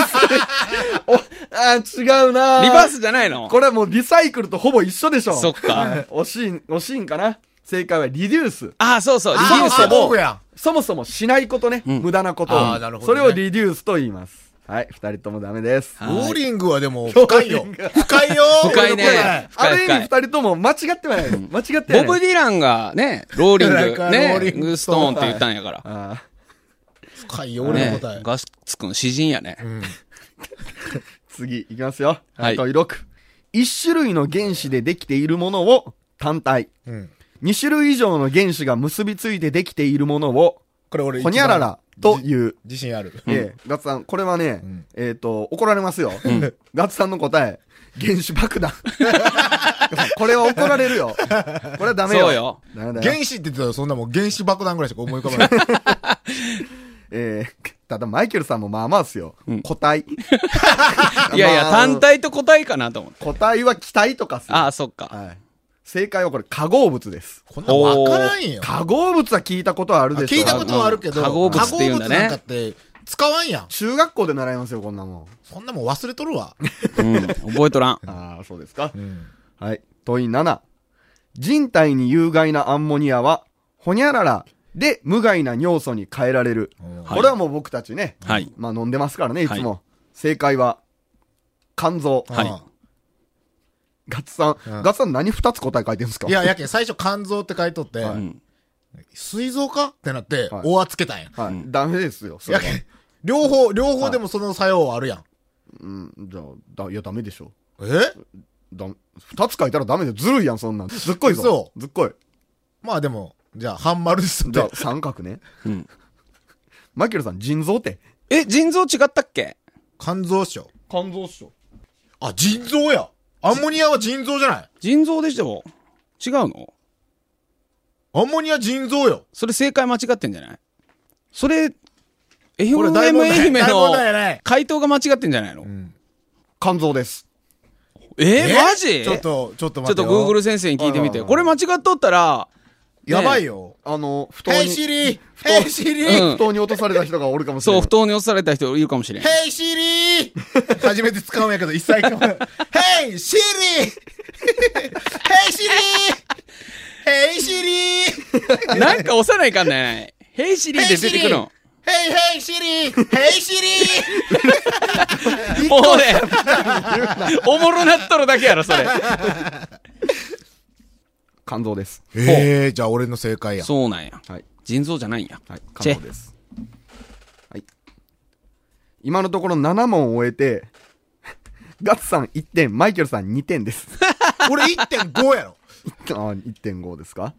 [SPEAKER 4] お、あー、違うな
[SPEAKER 3] リバースじゃないの
[SPEAKER 4] これはもうリサイクルとほぼ一緒でしょ。
[SPEAKER 3] そっか
[SPEAKER 4] はい惜しい、惜しいんかな。正解はリデュース。
[SPEAKER 3] ああ、そうそう。リリ
[SPEAKER 2] あ
[SPEAKER 3] ー
[SPEAKER 2] ー
[SPEAKER 3] ス
[SPEAKER 2] あー
[SPEAKER 3] も
[SPEAKER 2] 僕やん。
[SPEAKER 4] そもそもしないことね。
[SPEAKER 3] うん
[SPEAKER 4] 無駄なことを
[SPEAKER 2] あーなるほ
[SPEAKER 4] そ
[SPEAKER 2] どね
[SPEAKER 4] れをリデュースと言います。はい、二人ともダメです。
[SPEAKER 3] は
[SPEAKER 2] ロ
[SPEAKER 3] い
[SPEAKER 2] ーリングはでも深いよ。深いよ。
[SPEAKER 3] 深い
[SPEAKER 2] 俺の声
[SPEAKER 3] ね。
[SPEAKER 4] あ
[SPEAKER 3] 深い
[SPEAKER 4] る意味
[SPEAKER 3] 深
[SPEAKER 4] 二
[SPEAKER 3] い。
[SPEAKER 4] 人とも間違ってはない。間違っては
[SPEAKER 3] ボ
[SPEAKER 4] な
[SPEAKER 3] ブ・
[SPEAKER 4] い。
[SPEAKER 3] ディランがね、ローリン
[SPEAKER 2] なんか
[SPEAKER 3] グ、
[SPEAKER 2] ロー
[SPEAKER 3] ね
[SPEAKER 2] リン、グ
[SPEAKER 3] グストーンって言ったんやから。
[SPEAKER 4] あー
[SPEAKER 2] 深いよ、俺の
[SPEAKER 3] ね
[SPEAKER 2] 答え。
[SPEAKER 3] ガスツくん詩人やね。
[SPEAKER 4] 次、いきますよ。
[SPEAKER 3] は
[SPEAKER 4] はいい。問6。一種類の原子でできているものを単体。
[SPEAKER 2] うん。
[SPEAKER 4] 二種類以上の原子が結びついてできているものを、
[SPEAKER 2] これ俺一
[SPEAKER 4] ほ
[SPEAKER 2] 番
[SPEAKER 4] にゃららという。
[SPEAKER 2] 自信ある。
[SPEAKER 4] ええ、ガッツさん、これはね、
[SPEAKER 2] ん
[SPEAKER 4] えっ、と、怒られますよ。ガッツさんの答え、原子爆弾。 これは怒られるよ。これはダメよ。
[SPEAKER 3] そうよ。
[SPEAKER 4] ダメだよ。
[SPEAKER 2] 原子って言ったらそんなもん原子爆弾ぐらいしか思い浮 かばない。
[SPEAKER 4] ええただマイケルさんもまあまあっすよ。
[SPEAKER 3] うん
[SPEAKER 4] 個 体。
[SPEAKER 3] いやいや、
[SPEAKER 4] まあ
[SPEAKER 3] 単。体と個体かなと思って。
[SPEAKER 4] 個体は気体とかっすよ
[SPEAKER 3] ああ、そっか。
[SPEAKER 4] はい。正解はこれ、化合物です。
[SPEAKER 2] こんなんわからんよ。
[SPEAKER 4] 化合物は聞いたことはあるでしょ
[SPEAKER 2] 聞いたことはあるけど、
[SPEAKER 3] 化合物って言うんだね
[SPEAKER 2] 化合物なんかって使わんやん。
[SPEAKER 4] 中学校で習いますよ、こんなもん。
[SPEAKER 2] そんなもん忘れとるわ。
[SPEAKER 3] うん。覚えとらん。
[SPEAKER 4] ああ、そうですか。
[SPEAKER 2] うん。
[SPEAKER 4] はい。問い7。人体に有害なアンモニアは、ほにゃららで無害な尿素に変えられる。
[SPEAKER 3] はい
[SPEAKER 4] これはもう僕たちね、
[SPEAKER 3] はい
[SPEAKER 4] まあ飲んでますからね、いつも。
[SPEAKER 3] は
[SPEAKER 4] 正解は、肝臓。
[SPEAKER 3] はい
[SPEAKER 4] ガッツさん、
[SPEAKER 2] うん
[SPEAKER 4] ガッツさん何二つ答え書いてるんですか
[SPEAKER 2] いや、やけん最初肝臓って書いとって、
[SPEAKER 3] うん
[SPEAKER 2] 膵臓かってなって、
[SPEAKER 4] はい
[SPEAKER 2] おわつけたんや。
[SPEAKER 4] はい、
[SPEAKER 3] うん
[SPEAKER 4] ダメですよ。それ
[SPEAKER 2] や
[SPEAKER 4] は
[SPEAKER 2] けん、両方、両方でもその作用はあるやん。
[SPEAKER 4] うん、じゃあ、だ、いや、ダメでしょ。
[SPEAKER 2] え
[SPEAKER 4] だ、二つ書いたらダメで、ずるいやん、そんなん。ずっこいぞ
[SPEAKER 2] 嘘。
[SPEAKER 4] ずっこい。
[SPEAKER 2] まあでも、じゃあ、半丸ですっ
[SPEAKER 4] じゃあ
[SPEAKER 2] て、。
[SPEAKER 4] 三角ね。
[SPEAKER 3] うん
[SPEAKER 4] マイケルさん、腎臓って。
[SPEAKER 3] え、腎臓違ったっけ
[SPEAKER 2] 肝臓っしょ。
[SPEAKER 4] 肝臓っしょ。
[SPEAKER 2] あ、腎臓や。アンモニアは腎臓じゃない。
[SPEAKER 3] 腎臓でしょ違うの
[SPEAKER 2] アンモニア腎臓よ。
[SPEAKER 3] それ正解間違ってんじゃないそれ、
[SPEAKER 2] これ
[SPEAKER 3] FM
[SPEAKER 2] 大問題
[SPEAKER 3] 愛媛
[SPEAKER 2] 大問題や
[SPEAKER 3] の
[SPEAKER 2] ね。
[SPEAKER 3] 回答が間違ってんじゃないの
[SPEAKER 4] 肝臓です。
[SPEAKER 3] えー、マジ
[SPEAKER 2] ちょっと、ちょっと
[SPEAKER 3] ちょ
[SPEAKER 2] 待
[SPEAKER 3] っ
[SPEAKER 2] って
[SPEAKER 3] と
[SPEAKER 2] よ。
[SPEAKER 3] Google 先生に聞いてみて。
[SPEAKER 4] うん
[SPEAKER 3] これ間違っとったら、
[SPEAKER 2] やばいよ。
[SPEAKER 4] あの、不当に。
[SPEAKER 2] ヘイシリー
[SPEAKER 4] 不当
[SPEAKER 2] ヘイシリー
[SPEAKER 3] うん
[SPEAKER 4] 不当に落とされた人がおるかもしれ
[SPEAKER 3] そう、
[SPEAKER 4] ない。
[SPEAKER 3] 不当に押された人いるかもし れん。
[SPEAKER 2] ヘイシリー初めて使うんやけど、一切かも。ヘイシリーヘイシリーヘイシリー
[SPEAKER 3] なんか押さないかんね。ヘイシリーで出てくるの。
[SPEAKER 2] ヘイヘイシリーヘイシリ
[SPEAKER 3] もうね、おもろなっとるだけやろ、それ。
[SPEAKER 4] 肝臓です。
[SPEAKER 2] ーええじゃあ俺の正解や。
[SPEAKER 3] そうなんや。
[SPEAKER 4] はい。
[SPEAKER 3] 腎臓じゃないんや。
[SPEAKER 4] はい。
[SPEAKER 3] チェ
[SPEAKER 4] 肝臓です。はい。今のところ7問終えて、 ガッツさん1点、マイケルさん2点です。
[SPEAKER 2] 俺1.5やろ。
[SPEAKER 4] あー1.5ですか、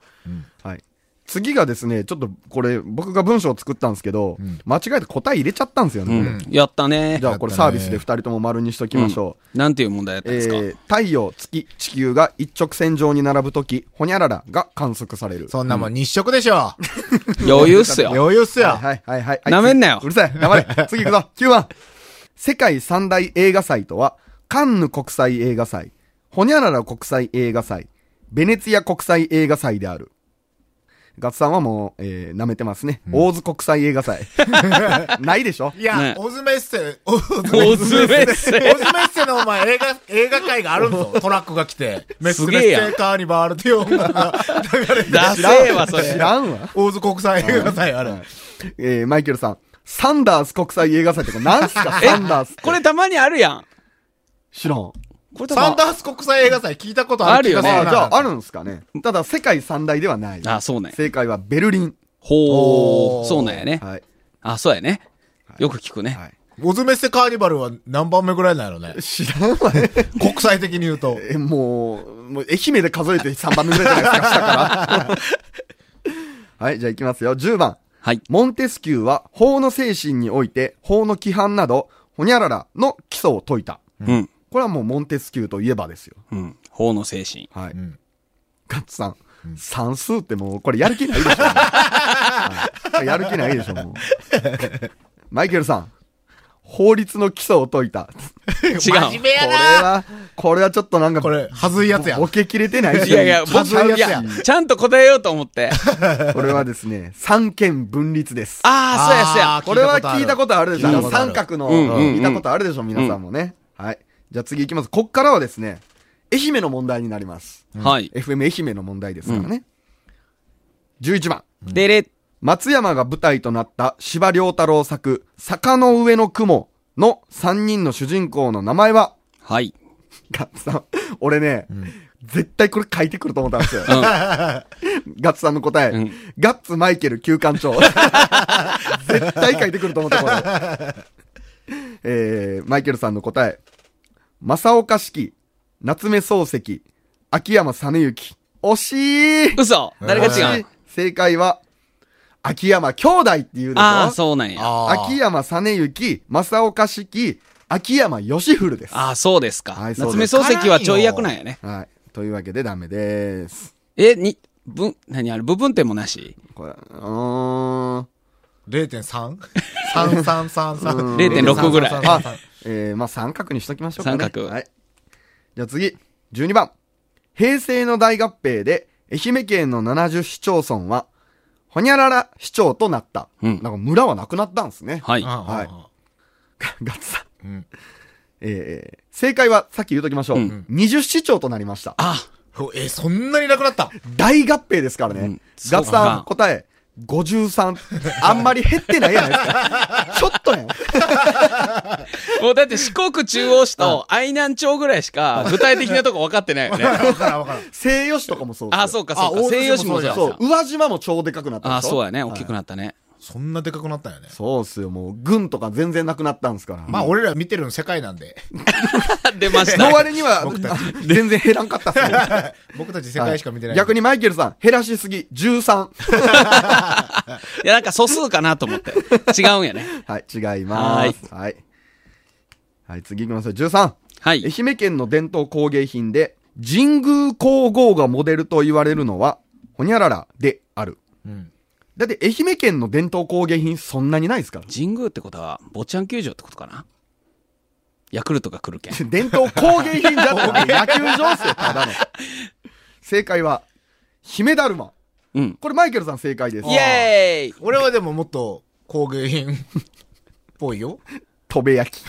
[SPEAKER 4] はい。次がですね、ちょっとこれ、僕が文章を作ったんですけど、間違えて答え入れちゃったんですよ
[SPEAKER 3] う
[SPEAKER 4] ね。これ
[SPEAKER 3] ん。やったね。
[SPEAKER 4] じゃあこれサービスで2人とも丸にしときましょう。
[SPEAKER 3] うんなんていう問題やったん
[SPEAKER 4] え
[SPEAKER 3] ですか
[SPEAKER 4] ー、太陽、月、地球が一直線上に並ぶとき、ほにゃららが観測される。
[SPEAKER 2] そんなもん日食でしょ。
[SPEAKER 3] 余裕っ すよ。
[SPEAKER 2] 余裕っすよ。
[SPEAKER 4] はいはいはいはい。
[SPEAKER 3] 舐めんなよ
[SPEAKER 4] うるさい。黙 れ。次行くぞ。9番。世界三大映画祭とは、カンヌ国際映画祭、ホニャララ国際映画祭、ベネツィア国際映画祭である。ガツさんはもう、えー、舐めてますね。大津国際映 画祭。ないでしょ
[SPEAKER 2] いや、
[SPEAKER 3] ね
[SPEAKER 2] オズメッ セ、オズメッセ。
[SPEAKER 3] オズメッセ
[SPEAKER 2] オズメッセのお前映画、映画界があるぞ。 トラックが来て。メッセ
[SPEAKER 3] す
[SPEAKER 2] メ
[SPEAKER 3] げえやん
[SPEAKER 2] ッセカーニバールっていう音楽が流れて。
[SPEAKER 3] ダセえわ、そ
[SPEAKER 4] 知
[SPEAKER 3] れ。
[SPEAKER 4] らんわ。
[SPEAKER 2] 大津国際映画祭ある。
[SPEAKER 4] えー、マイケルさん。サンダース国際映画祭ってこれ何す かサンダースって。
[SPEAKER 3] これたまにあるやん。
[SPEAKER 4] 知らん。
[SPEAKER 3] これた
[SPEAKER 2] サン
[SPEAKER 3] ま
[SPEAKER 2] ダース国際映画祭聞いたことある気がする
[SPEAKER 3] あ
[SPEAKER 4] あ
[SPEAKER 2] な。
[SPEAKER 4] あ、じゃああるんすかね。ただ世界三大ではない。
[SPEAKER 3] あそうね
[SPEAKER 4] 正解はベルリン。
[SPEAKER 3] ほ
[SPEAKER 2] お
[SPEAKER 3] う。
[SPEAKER 2] ー
[SPEAKER 3] そうなんやね。
[SPEAKER 4] はい。
[SPEAKER 3] あ、そうやね。よく聞くね
[SPEAKER 4] は。い。
[SPEAKER 2] オズメッセカーニバルは何番目ぐらいなのね。
[SPEAKER 4] 知らんわね。
[SPEAKER 2] 国際的に言うと。
[SPEAKER 4] え、もう、もう愛媛で数えて3番目ぐらいじゃないですか、下から。 はい、じゃあ行きますよ。10番。
[SPEAKER 3] はい。
[SPEAKER 4] モンテスキューは法の精神において法の規範など、ほにゃららの基礎を解いた。
[SPEAKER 3] うん。
[SPEAKER 4] これはもうモンテスキューといえばですよ。
[SPEAKER 3] うん。法の精神。
[SPEAKER 4] はい。
[SPEAKER 2] ん
[SPEAKER 4] ガッツさん、算数ってもうこれやる気ないでしょ、はいやる気ないでしょ、もう。マイケルさん、法律の基礎を解いた。こ
[SPEAKER 3] 違
[SPEAKER 2] 真面目
[SPEAKER 3] う。
[SPEAKER 4] れ
[SPEAKER 2] やな。
[SPEAKER 4] は、これはちょっとなんか、
[SPEAKER 2] これ、はずいやつや。
[SPEAKER 4] ボケきれてないし、
[SPEAKER 3] いやい や、
[SPEAKER 4] 数え
[SPEAKER 3] 僕、い
[SPEAKER 4] や
[SPEAKER 3] や
[SPEAKER 4] すい、
[SPEAKER 3] ちゃんと答えようと思 って。
[SPEAKER 4] これはですね、三権分立です。
[SPEAKER 3] ああ、そうやそうや
[SPEAKER 2] あ。ー
[SPEAKER 4] これは聞いたことあるでしょ。
[SPEAKER 2] 聞
[SPEAKER 4] あ
[SPEAKER 2] いた
[SPEAKER 4] の
[SPEAKER 2] ことある
[SPEAKER 4] 三角の、
[SPEAKER 3] うんうんうん
[SPEAKER 4] 見たことあるでしょ、皆さんもね。はい。じゃあ次行きます。こっからはですね、愛媛の問題になります。
[SPEAKER 3] はい。
[SPEAKER 4] FM 愛媛の問題ですからね。11番。
[SPEAKER 3] でれ、
[SPEAKER 4] 松山が舞台となった司馬遼太郎作、坂の上の雲の3人の主人公の名前は、
[SPEAKER 3] はい。
[SPEAKER 4] ガッツさん、俺ね、絶対これ書いてくると思ったんですよ。
[SPEAKER 3] ん
[SPEAKER 4] ガッツさんの答え、
[SPEAKER 3] うん
[SPEAKER 4] ガッツマイケル旧館長。 絶対書いてくると思った、これ。えー、マイケルさんの答え、正岡式、夏目漱石、秋山実之、惜しい
[SPEAKER 3] 嘘誰が違
[SPEAKER 4] 惜
[SPEAKER 3] う
[SPEAKER 4] しい
[SPEAKER 3] ん
[SPEAKER 4] 正解は、秋山兄弟って言うでしょ
[SPEAKER 3] ああ、そうなんや。
[SPEAKER 2] あー
[SPEAKER 4] 秋山実之、正岡式、秋山義古です。
[SPEAKER 3] ああ、そうですか。
[SPEAKER 4] はいそ
[SPEAKER 3] 夏
[SPEAKER 4] う
[SPEAKER 3] 目
[SPEAKER 4] です
[SPEAKER 3] 漱石はちょい役なんやね。
[SPEAKER 4] はい。というわけでダメです。
[SPEAKER 3] え、に、ぶ、何あれ、部分点もなし
[SPEAKER 4] これ、うーん。
[SPEAKER 2] 0.3?3333。
[SPEAKER 3] 0.6ぐらい
[SPEAKER 4] あ、えー、まあ三角にしときましょうかね。
[SPEAKER 3] 三角
[SPEAKER 4] はい。じゃあ次、12番。平成の大合併で、愛媛県の70市町村は、ほにゃらら市町となった。
[SPEAKER 3] うん
[SPEAKER 4] なんか村はなくなったんですね。
[SPEAKER 3] はい。
[SPEAKER 2] はい。
[SPEAKER 4] ガッツさ
[SPEAKER 2] う
[SPEAKER 4] ん。
[SPEAKER 2] ん
[SPEAKER 4] えー、正解はさっき言うときましょう。
[SPEAKER 3] うん
[SPEAKER 4] 20市町となりました。
[SPEAKER 3] あ、
[SPEAKER 2] え、そんなになくなった
[SPEAKER 4] 大合併ですからね。
[SPEAKER 3] うん
[SPEAKER 4] ガッツ
[SPEAKER 3] そう
[SPEAKER 4] さ
[SPEAKER 3] か
[SPEAKER 4] ん、答え、53。あんまり減ってないやないですか。ちょっとやん。
[SPEAKER 3] もうだって四国中央市と愛南町ぐらいしか具体的なとこ分かってない よね。
[SPEAKER 2] わからんわからん。
[SPEAKER 4] 西予市とかもそうですよ
[SPEAKER 3] あ、そうか、そう
[SPEAKER 2] あ
[SPEAKER 3] か。
[SPEAKER 2] 大洲
[SPEAKER 3] 西洋市もそう
[SPEAKER 2] も
[SPEAKER 3] や
[SPEAKER 4] そう。宇和島も超でかくなった
[SPEAKER 3] あ、
[SPEAKER 4] でしょ
[SPEAKER 3] そうやね。大きくなったね。
[SPEAKER 2] そんなでかくなったんやね。
[SPEAKER 4] そうっすよ。もう、軍とか全然なくなったんですから。
[SPEAKER 2] まあ、俺ら見てるの世界なんで。
[SPEAKER 3] 出まし
[SPEAKER 4] の
[SPEAKER 3] た。
[SPEAKER 4] 割には
[SPEAKER 2] 僕たち、
[SPEAKER 4] 全然減らんかったっすよ。
[SPEAKER 2] 僕たち世界しか見てない。
[SPEAKER 4] 逆にマイケルさん、減らしすぎ、13。
[SPEAKER 3] いや、なんか素数かなと思って。違うんやね。
[SPEAKER 4] はい、違います。はい。はい、次行きますよ。13。
[SPEAKER 3] はい。
[SPEAKER 4] 愛媛県の伝統工芸品で、神宮皇后がモデルと言われるのは、ほにゃららである。
[SPEAKER 2] うん。
[SPEAKER 4] だって愛媛県の伝統工芸品そんなにないですから。
[SPEAKER 3] 神宮ってことは、坊ちゃん球場ってことかなヤクルトが来るけん。
[SPEAKER 4] 伝統工芸品だったら野球場っすよ、ただの。正解は、姫だるま。
[SPEAKER 3] うん。
[SPEAKER 4] これマイケルさん正解です
[SPEAKER 3] イ。エーイ
[SPEAKER 2] 俺はでももっと工芸品っぽいよ。
[SPEAKER 4] とべ焼き。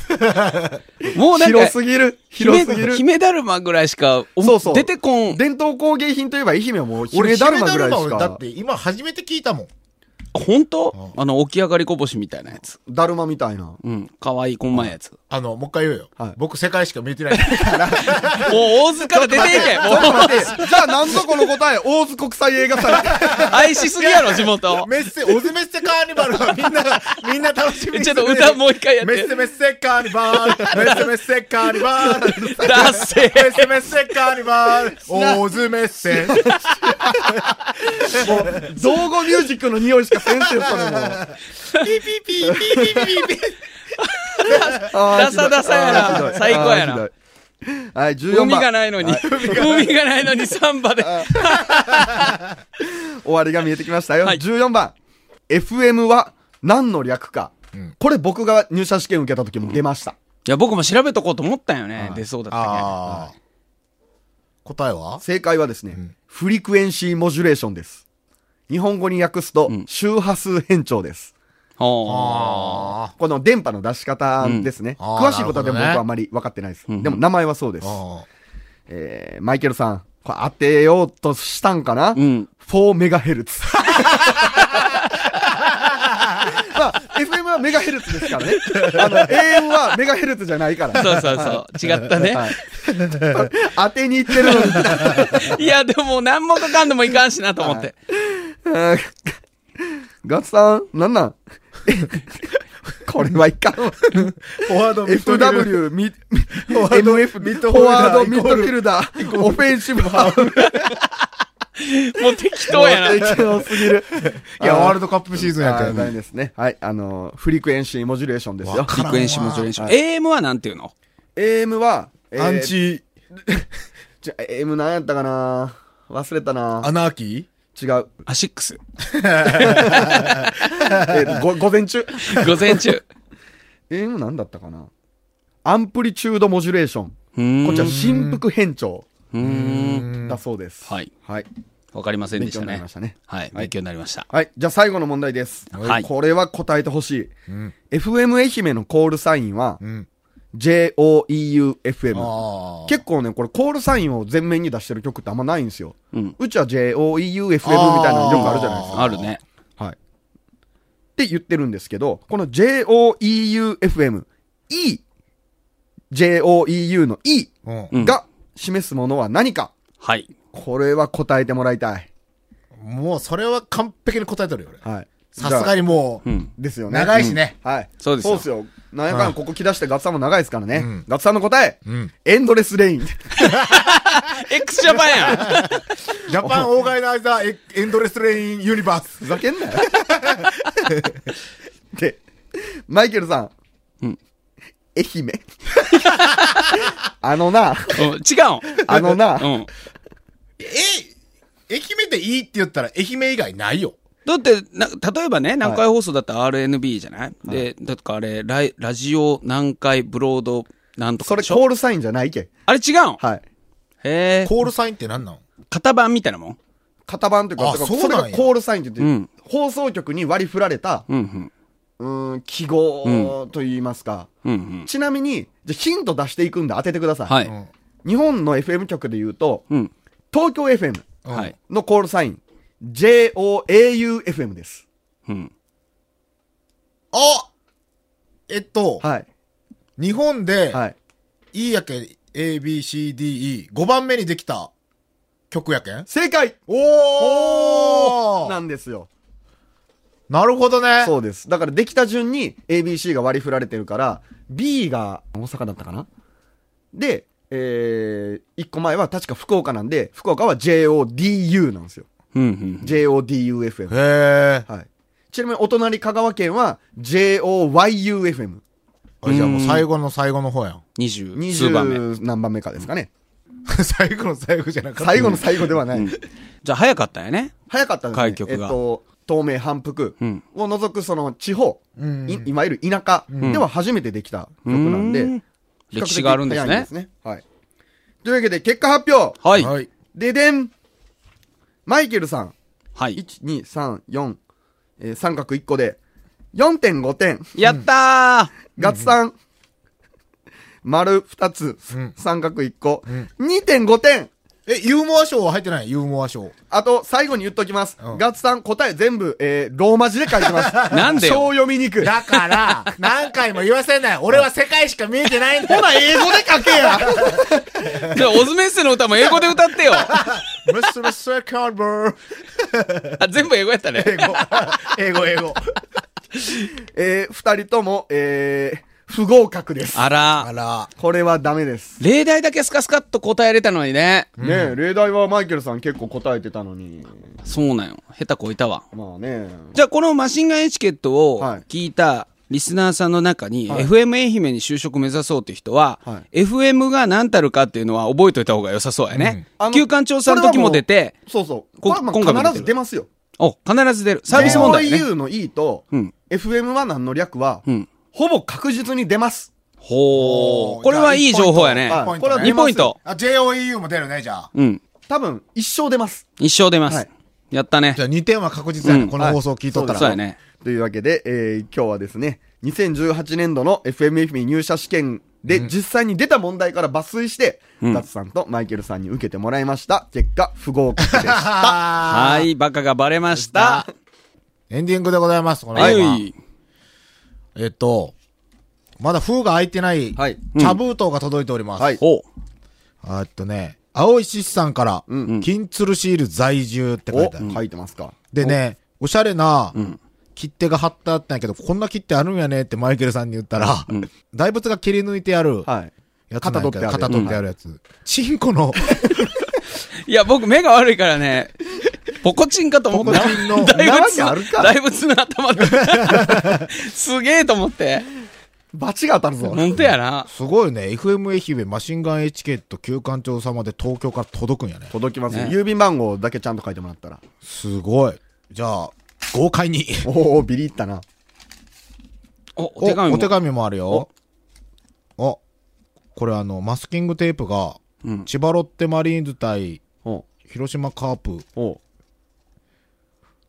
[SPEAKER 3] もうなんか
[SPEAKER 4] 広、すぎる。広
[SPEAKER 3] 姫
[SPEAKER 4] すぎる。
[SPEAKER 3] 姫だるまぐらいしか、お
[SPEAKER 4] そうそう
[SPEAKER 3] 出てこん。
[SPEAKER 4] 伝統工芸品といえば愛媛はもう姫だるまぐらいし
[SPEAKER 2] 俺だっ
[SPEAKER 4] か。
[SPEAKER 2] て今初めて聞いたもん。
[SPEAKER 3] 本当あの、起き上がりこぼしみたいなやつ。
[SPEAKER 4] だるまみたいな。
[SPEAKER 3] うん。かわいいこんまいやつ。もう
[SPEAKER 2] あの、もう一回言うよ
[SPEAKER 4] はい。
[SPEAKER 2] 僕世界しか見えてない。
[SPEAKER 3] 大津から出ていけもう、
[SPEAKER 4] 待って、じゃあなんぞこの答え、大津国際映画 祭。
[SPEAKER 3] 愛しすぎやろ、地元。
[SPEAKER 2] メッセ、オズメッセカーニバルはみんなが、みんな楽しみにし
[SPEAKER 3] ちょ
[SPEAKER 2] て
[SPEAKER 3] っ
[SPEAKER 2] く
[SPEAKER 3] と
[SPEAKER 2] れる
[SPEAKER 3] 歌もう一回やっ
[SPEAKER 2] メッ
[SPEAKER 3] て
[SPEAKER 2] セ。メッセカーニバル、メッセメッセカーニバル、メ
[SPEAKER 3] ダッセ
[SPEAKER 2] ッセメッセカーニバル、オズメッセ。
[SPEAKER 4] 造語ミュージックの匂いしかせんせよ、それもう。
[SPEAKER 2] ピピピピピピピピ。
[SPEAKER 4] ダ
[SPEAKER 3] ダサダサやな最高やな。
[SPEAKER 4] あーひどいはい、14番。
[SPEAKER 3] 海がないのに、海がないのにサンバで。
[SPEAKER 4] 終わりが見えてきましたよ。
[SPEAKER 3] はい
[SPEAKER 4] 14番。FM は何の略か。これ僕が入社試験受けた時も出ました。
[SPEAKER 3] いや、僕も調べとこうと思ったよね。出そうだった
[SPEAKER 2] ああ。答えは
[SPEAKER 4] 正解はですね、フリクエンシーモジュレーションです。日本語に訳すと
[SPEAKER 3] うん、
[SPEAKER 4] 周波数変調です。
[SPEAKER 3] はあ。
[SPEAKER 4] この電波の出し方ですね。
[SPEAKER 2] うんあー
[SPEAKER 4] 詳しいことはで
[SPEAKER 2] なる
[SPEAKER 4] も僕
[SPEAKER 2] ほどね
[SPEAKER 4] はあまり分かってないです。
[SPEAKER 3] うんうん
[SPEAKER 4] でも名前はそうです。
[SPEAKER 2] あ
[SPEAKER 4] えー、マイケルさん、これ当てようとしたんかな、
[SPEAKER 3] うん。
[SPEAKER 4] 4メガヘルツ。 まあ、FM はメガヘルツですからね。あの、AM はメガヘルツじゃないから。
[SPEAKER 3] そうそうそう。違ったね。
[SPEAKER 4] はい当てに行ってるのに。
[SPEAKER 3] いや、でも何もかかんでもいかんしなと思って。
[SPEAKER 4] うん ガッツさん、なんなん これはいかんわ。
[SPEAKER 2] フォワードミッドフィル
[SPEAKER 4] FW、ミ
[SPEAKER 2] フォワード
[SPEAKER 4] MF、
[SPEAKER 2] ミッ
[SPEAKER 4] フ
[SPEAKER 2] ド
[SPEAKER 4] ォ
[SPEAKER 2] フィルダー
[SPEAKER 4] ワー
[SPEAKER 2] イ
[SPEAKER 4] ド、
[SPEAKER 2] コール
[SPEAKER 4] ミッドフィルダー、オフェンシブハーフ。
[SPEAKER 3] もう適当やな。
[SPEAKER 4] 強すぎる。
[SPEAKER 2] いや、ワール
[SPEAKER 4] ド
[SPEAKER 2] ドカップシーズンやけ
[SPEAKER 4] や
[SPEAKER 2] ど
[SPEAKER 4] ダメですね。はい、あの、フリクエンシーモジュレーションですよ
[SPEAKER 2] わ。か
[SPEAKER 3] リクエンシモジュレーション。AM はなんていうの
[SPEAKER 4] AM は、えー
[SPEAKER 2] アン。チ、
[SPEAKER 4] じゃ、AM 何やったかな忘れたな
[SPEAKER 2] アナーキ
[SPEAKER 4] 違う。
[SPEAKER 3] アシックス。
[SPEAKER 4] えーご 午前中。
[SPEAKER 3] 午前中。
[SPEAKER 4] AM 何だったかなアンプリチュードモジュレーション。
[SPEAKER 3] うーん
[SPEAKER 4] こちら、振幅変調
[SPEAKER 3] うーん。
[SPEAKER 4] だそうです。
[SPEAKER 3] はい。
[SPEAKER 4] はい。
[SPEAKER 3] わかりませんで
[SPEAKER 4] 勉
[SPEAKER 3] し
[SPEAKER 4] 強
[SPEAKER 3] た
[SPEAKER 4] になり
[SPEAKER 3] ね
[SPEAKER 4] まし。たね。
[SPEAKER 3] はい。勉強になりました。
[SPEAKER 4] はい。じゃあ最後の問題です。
[SPEAKER 3] はい
[SPEAKER 4] これは答えてほしい。
[SPEAKER 2] ん
[SPEAKER 4] FM 愛媛のコールサインは
[SPEAKER 2] ーう、ん。
[SPEAKER 4] JOEUFM。
[SPEAKER 2] あ
[SPEAKER 4] 結構ね、これコールサインを前面に出してる曲ってあんまないんですよ。
[SPEAKER 3] うん。
[SPEAKER 4] うちは JOEUFM みたいなのよくあるじゃないですか。
[SPEAKER 3] あるね。
[SPEAKER 4] はい。って言ってるんですけど、この JOEUFM、E、JOEU の E
[SPEAKER 2] あ。うん
[SPEAKER 3] うん
[SPEAKER 4] が示すものは何か、
[SPEAKER 3] はい。
[SPEAKER 4] これは答えてもらいたい。
[SPEAKER 2] もう、それは完璧に答えとるよ、俺。
[SPEAKER 4] はい。
[SPEAKER 2] さすが
[SPEAKER 4] に。
[SPEAKER 2] にも
[SPEAKER 3] う
[SPEAKER 2] う、
[SPEAKER 3] ん。
[SPEAKER 4] ですよね。
[SPEAKER 2] 長いしね。
[SPEAKER 4] はい。
[SPEAKER 3] そうですよ
[SPEAKER 4] そうですよ。なんやかんやここ来だしてガッツさんも長いですからね。
[SPEAKER 2] うん
[SPEAKER 4] ガッツさんの答え、
[SPEAKER 2] うん。
[SPEAKER 4] エンドレスレイン。
[SPEAKER 3] X ジャパンやん
[SPEAKER 2] ジャパン、大外の間、エエンドレスレインユニバース
[SPEAKER 4] ふ。ざけんなよ。 で、マイケルさん。
[SPEAKER 3] うん
[SPEAKER 4] 愛媛。 あのな、
[SPEAKER 3] うん違
[SPEAKER 4] あのな、
[SPEAKER 3] うん。うん。
[SPEAKER 2] え愛媛でいいって言ったら、愛媛以外ないよ。
[SPEAKER 3] だって、な、例えばね、南海放送だったら RNB じゃない、で、だからあれ、ライラジオ南海ブロードなんと
[SPEAKER 4] そ
[SPEAKER 3] か
[SPEAKER 4] れ
[SPEAKER 3] でし
[SPEAKER 4] コ
[SPEAKER 3] ょ
[SPEAKER 4] ールサインじゃないけん。
[SPEAKER 3] あれ違うん、
[SPEAKER 4] はい。
[SPEAKER 3] へえ。
[SPEAKER 2] コールサインって何なの
[SPEAKER 3] 型番みたいなもん
[SPEAKER 4] 型番というか、
[SPEAKER 2] あ
[SPEAKER 4] だから
[SPEAKER 2] そうなんや
[SPEAKER 4] れがコールサインって
[SPEAKER 3] う
[SPEAKER 4] 言っ
[SPEAKER 3] ん
[SPEAKER 4] て、放送局に割り振られた、
[SPEAKER 3] うんうん。
[SPEAKER 4] うーん、記号と言いますか。
[SPEAKER 3] うんうん。
[SPEAKER 4] ちなみに、じゃあヒント出していくんで当ててください。
[SPEAKER 3] は
[SPEAKER 2] うん。
[SPEAKER 3] い。
[SPEAKER 4] 日本の FM 局で言うと、
[SPEAKER 3] うん。
[SPEAKER 4] 東京 FM
[SPEAKER 2] うん
[SPEAKER 3] はい。
[SPEAKER 4] のコールサイン、JOAUFM です。
[SPEAKER 3] うん。
[SPEAKER 2] あえっと、
[SPEAKER 4] はい。
[SPEAKER 2] 日本で、
[SPEAKER 4] はい。
[SPEAKER 2] いいやけん、A, B, C, D, E、5番目にできた曲やけん
[SPEAKER 4] 正解
[SPEAKER 2] お
[SPEAKER 4] なんですよ。
[SPEAKER 2] なるほどね。
[SPEAKER 4] そうです。だからできた順に ABC が割り振られてるから、B が大阪だったかなで、えー、1個前は確か福岡なんで、福岡は JODU なんですよ。
[SPEAKER 3] うんうん。
[SPEAKER 4] JODUFM。
[SPEAKER 2] へえ。
[SPEAKER 4] はい。ちなみにお隣香川県は JOYUFM。
[SPEAKER 2] あじゃあもう最後の最後の方やん。
[SPEAKER 3] 二十数番目。
[SPEAKER 4] 20何番目かですかね。
[SPEAKER 2] 最後の最後じゃなかった。
[SPEAKER 4] 最後の最後ではない。
[SPEAKER 3] じゃあ早かったよね。
[SPEAKER 4] 早かったですね。
[SPEAKER 3] 開局が
[SPEAKER 4] えっと、東名反復
[SPEAKER 3] うん
[SPEAKER 4] を除くその地方、
[SPEAKER 2] うん
[SPEAKER 4] いいわゆる田舎では初めてできた曲なんで、
[SPEAKER 3] うん
[SPEAKER 4] 比較的
[SPEAKER 3] 歴史があるんです
[SPEAKER 4] 早い
[SPEAKER 3] ね。
[SPEAKER 4] はい。というわけで、結果発表
[SPEAKER 3] はい。
[SPEAKER 2] は。
[SPEAKER 3] はい
[SPEAKER 4] ででんマイケルさん、
[SPEAKER 3] い。
[SPEAKER 4] 1、2、3、4、えー三角1個で、4.5点。
[SPEAKER 3] やった
[SPEAKER 4] ガッツさん、丸2つ
[SPEAKER 2] うん、
[SPEAKER 4] 三角1個、2.5点。
[SPEAKER 2] え、ユーモア賞は入ってないユーモア賞。
[SPEAKER 4] あと、最後に言っときます。
[SPEAKER 2] うん
[SPEAKER 4] ガッツさん、答え全部、えー、ローマ字で書いてます。
[SPEAKER 3] なんでよ
[SPEAKER 4] 小読みにくい。
[SPEAKER 2] だから、 何回も言わせない。俺は世界しか見えてないんだ。ほら、英語で書け や
[SPEAKER 3] ーじゃあ、オズメッセの歌も英語で歌って よあ、
[SPEAKER 2] ムスムスカーブー。
[SPEAKER 3] 全部英語やったね。
[SPEAKER 2] 英語。 英語、英語。
[SPEAKER 4] えー、二人とも、えー、不合格です。
[SPEAKER 3] あ
[SPEAKER 2] あ
[SPEAKER 3] ら。
[SPEAKER 2] ら。
[SPEAKER 4] これはダメです。
[SPEAKER 3] 例題だけスカスカっと答えれたのにね。
[SPEAKER 4] ねえ、例題はマイケルさん結構答えてたのに。
[SPEAKER 3] そうなんよ。下手こいたわ。
[SPEAKER 4] まあね。
[SPEAKER 3] じゃあ、このマシンガンエチケットを
[SPEAKER 4] はい
[SPEAKER 3] 聞いたリスナーさんの中に、
[SPEAKER 4] はい
[SPEAKER 3] FM 愛媛に就職目指そうって人は、
[SPEAKER 4] は
[SPEAKER 3] FM が何たるかっていうのは覚えといた方が良さそうやね。
[SPEAKER 4] あの
[SPEAKER 3] 休館調査の時も出て、
[SPEAKER 4] そうそう。
[SPEAKER 3] こ
[SPEAKER 4] これはまあ
[SPEAKER 3] 今回も出て
[SPEAKER 4] 必ず
[SPEAKER 3] る
[SPEAKER 4] 出ますよ。
[SPEAKER 3] お、必ず出る。サービス問題ね。
[SPEAKER 4] u の E と、
[SPEAKER 3] うん。
[SPEAKER 4] FM は何の略は、
[SPEAKER 3] うん。
[SPEAKER 4] ほぼ確実に出ます。
[SPEAKER 3] ほー。これはいい情報やね。
[SPEAKER 4] あ
[SPEAKER 2] ポイン
[SPEAKER 4] これ
[SPEAKER 2] ト
[SPEAKER 4] は
[SPEAKER 2] ね
[SPEAKER 3] 2ポイント。
[SPEAKER 2] あ、JOEU も出るね、じゃあ。
[SPEAKER 3] うん。
[SPEAKER 4] 多分、一生出ます。
[SPEAKER 3] 一生出ます。
[SPEAKER 4] はい
[SPEAKER 3] やったね
[SPEAKER 2] じ。ゃあ2点は確実やね、
[SPEAKER 3] うん
[SPEAKER 2] この放送を聞いとったら。
[SPEAKER 3] そうやね。
[SPEAKER 4] というわけで、えー今日はですね、2018年度の FMFM 入社試験で実際に出た問題から抜粋して、
[SPEAKER 3] うん
[SPEAKER 4] ダツさんとマイケルさんに受けてもらいました。結果、不合格で した。
[SPEAKER 2] は
[SPEAKER 3] はーい、バカがバレました。
[SPEAKER 2] エンディングでございます、この
[SPEAKER 3] は
[SPEAKER 2] 回は。
[SPEAKER 3] い。
[SPEAKER 2] えっと、まだ封が開いてない、
[SPEAKER 4] はい
[SPEAKER 2] 茶封筒が届いております。
[SPEAKER 4] はい
[SPEAKER 3] ほう。
[SPEAKER 2] あっとね、青石さんから、金鶴シール在住って書いてある。
[SPEAKER 4] お、書いてますか。
[SPEAKER 2] でね、おしゃれな、切手が貼ってあったんやけど、こんな切手あるんやねってマイケルさんに言ったら、大仏が切り抜いてある
[SPEAKER 4] はい。
[SPEAKER 2] やつなんやけど、
[SPEAKER 4] 型取ってある
[SPEAKER 2] 型取ってあるやつ。チンコの、
[SPEAKER 3] いや、僕目が悪いからね、ポコチンかと思った。
[SPEAKER 2] ポコチンの
[SPEAKER 3] 大仏
[SPEAKER 4] なわけあるか
[SPEAKER 3] の、大仏の頭で。すげえと思って。
[SPEAKER 4] 罰が当たるぞ。
[SPEAKER 3] 本当やな。
[SPEAKER 2] すごいね、FM 愛媛マシンガンエチケット旧館長様で東京から届くんやね。
[SPEAKER 4] 届きますよ、
[SPEAKER 3] ね
[SPEAKER 4] 郵便番号だけちゃんと書いてもらったら。
[SPEAKER 2] すごい。じゃあ、豪快に。
[SPEAKER 4] おお、ビリったな。
[SPEAKER 3] お、お手紙も。
[SPEAKER 2] お手紙もあるよ。お、これあの、マスキングテープが、
[SPEAKER 3] うん
[SPEAKER 2] 千葉ロッテマリーンズ対
[SPEAKER 4] お
[SPEAKER 2] 広島カープ。
[SPEAKER 4] お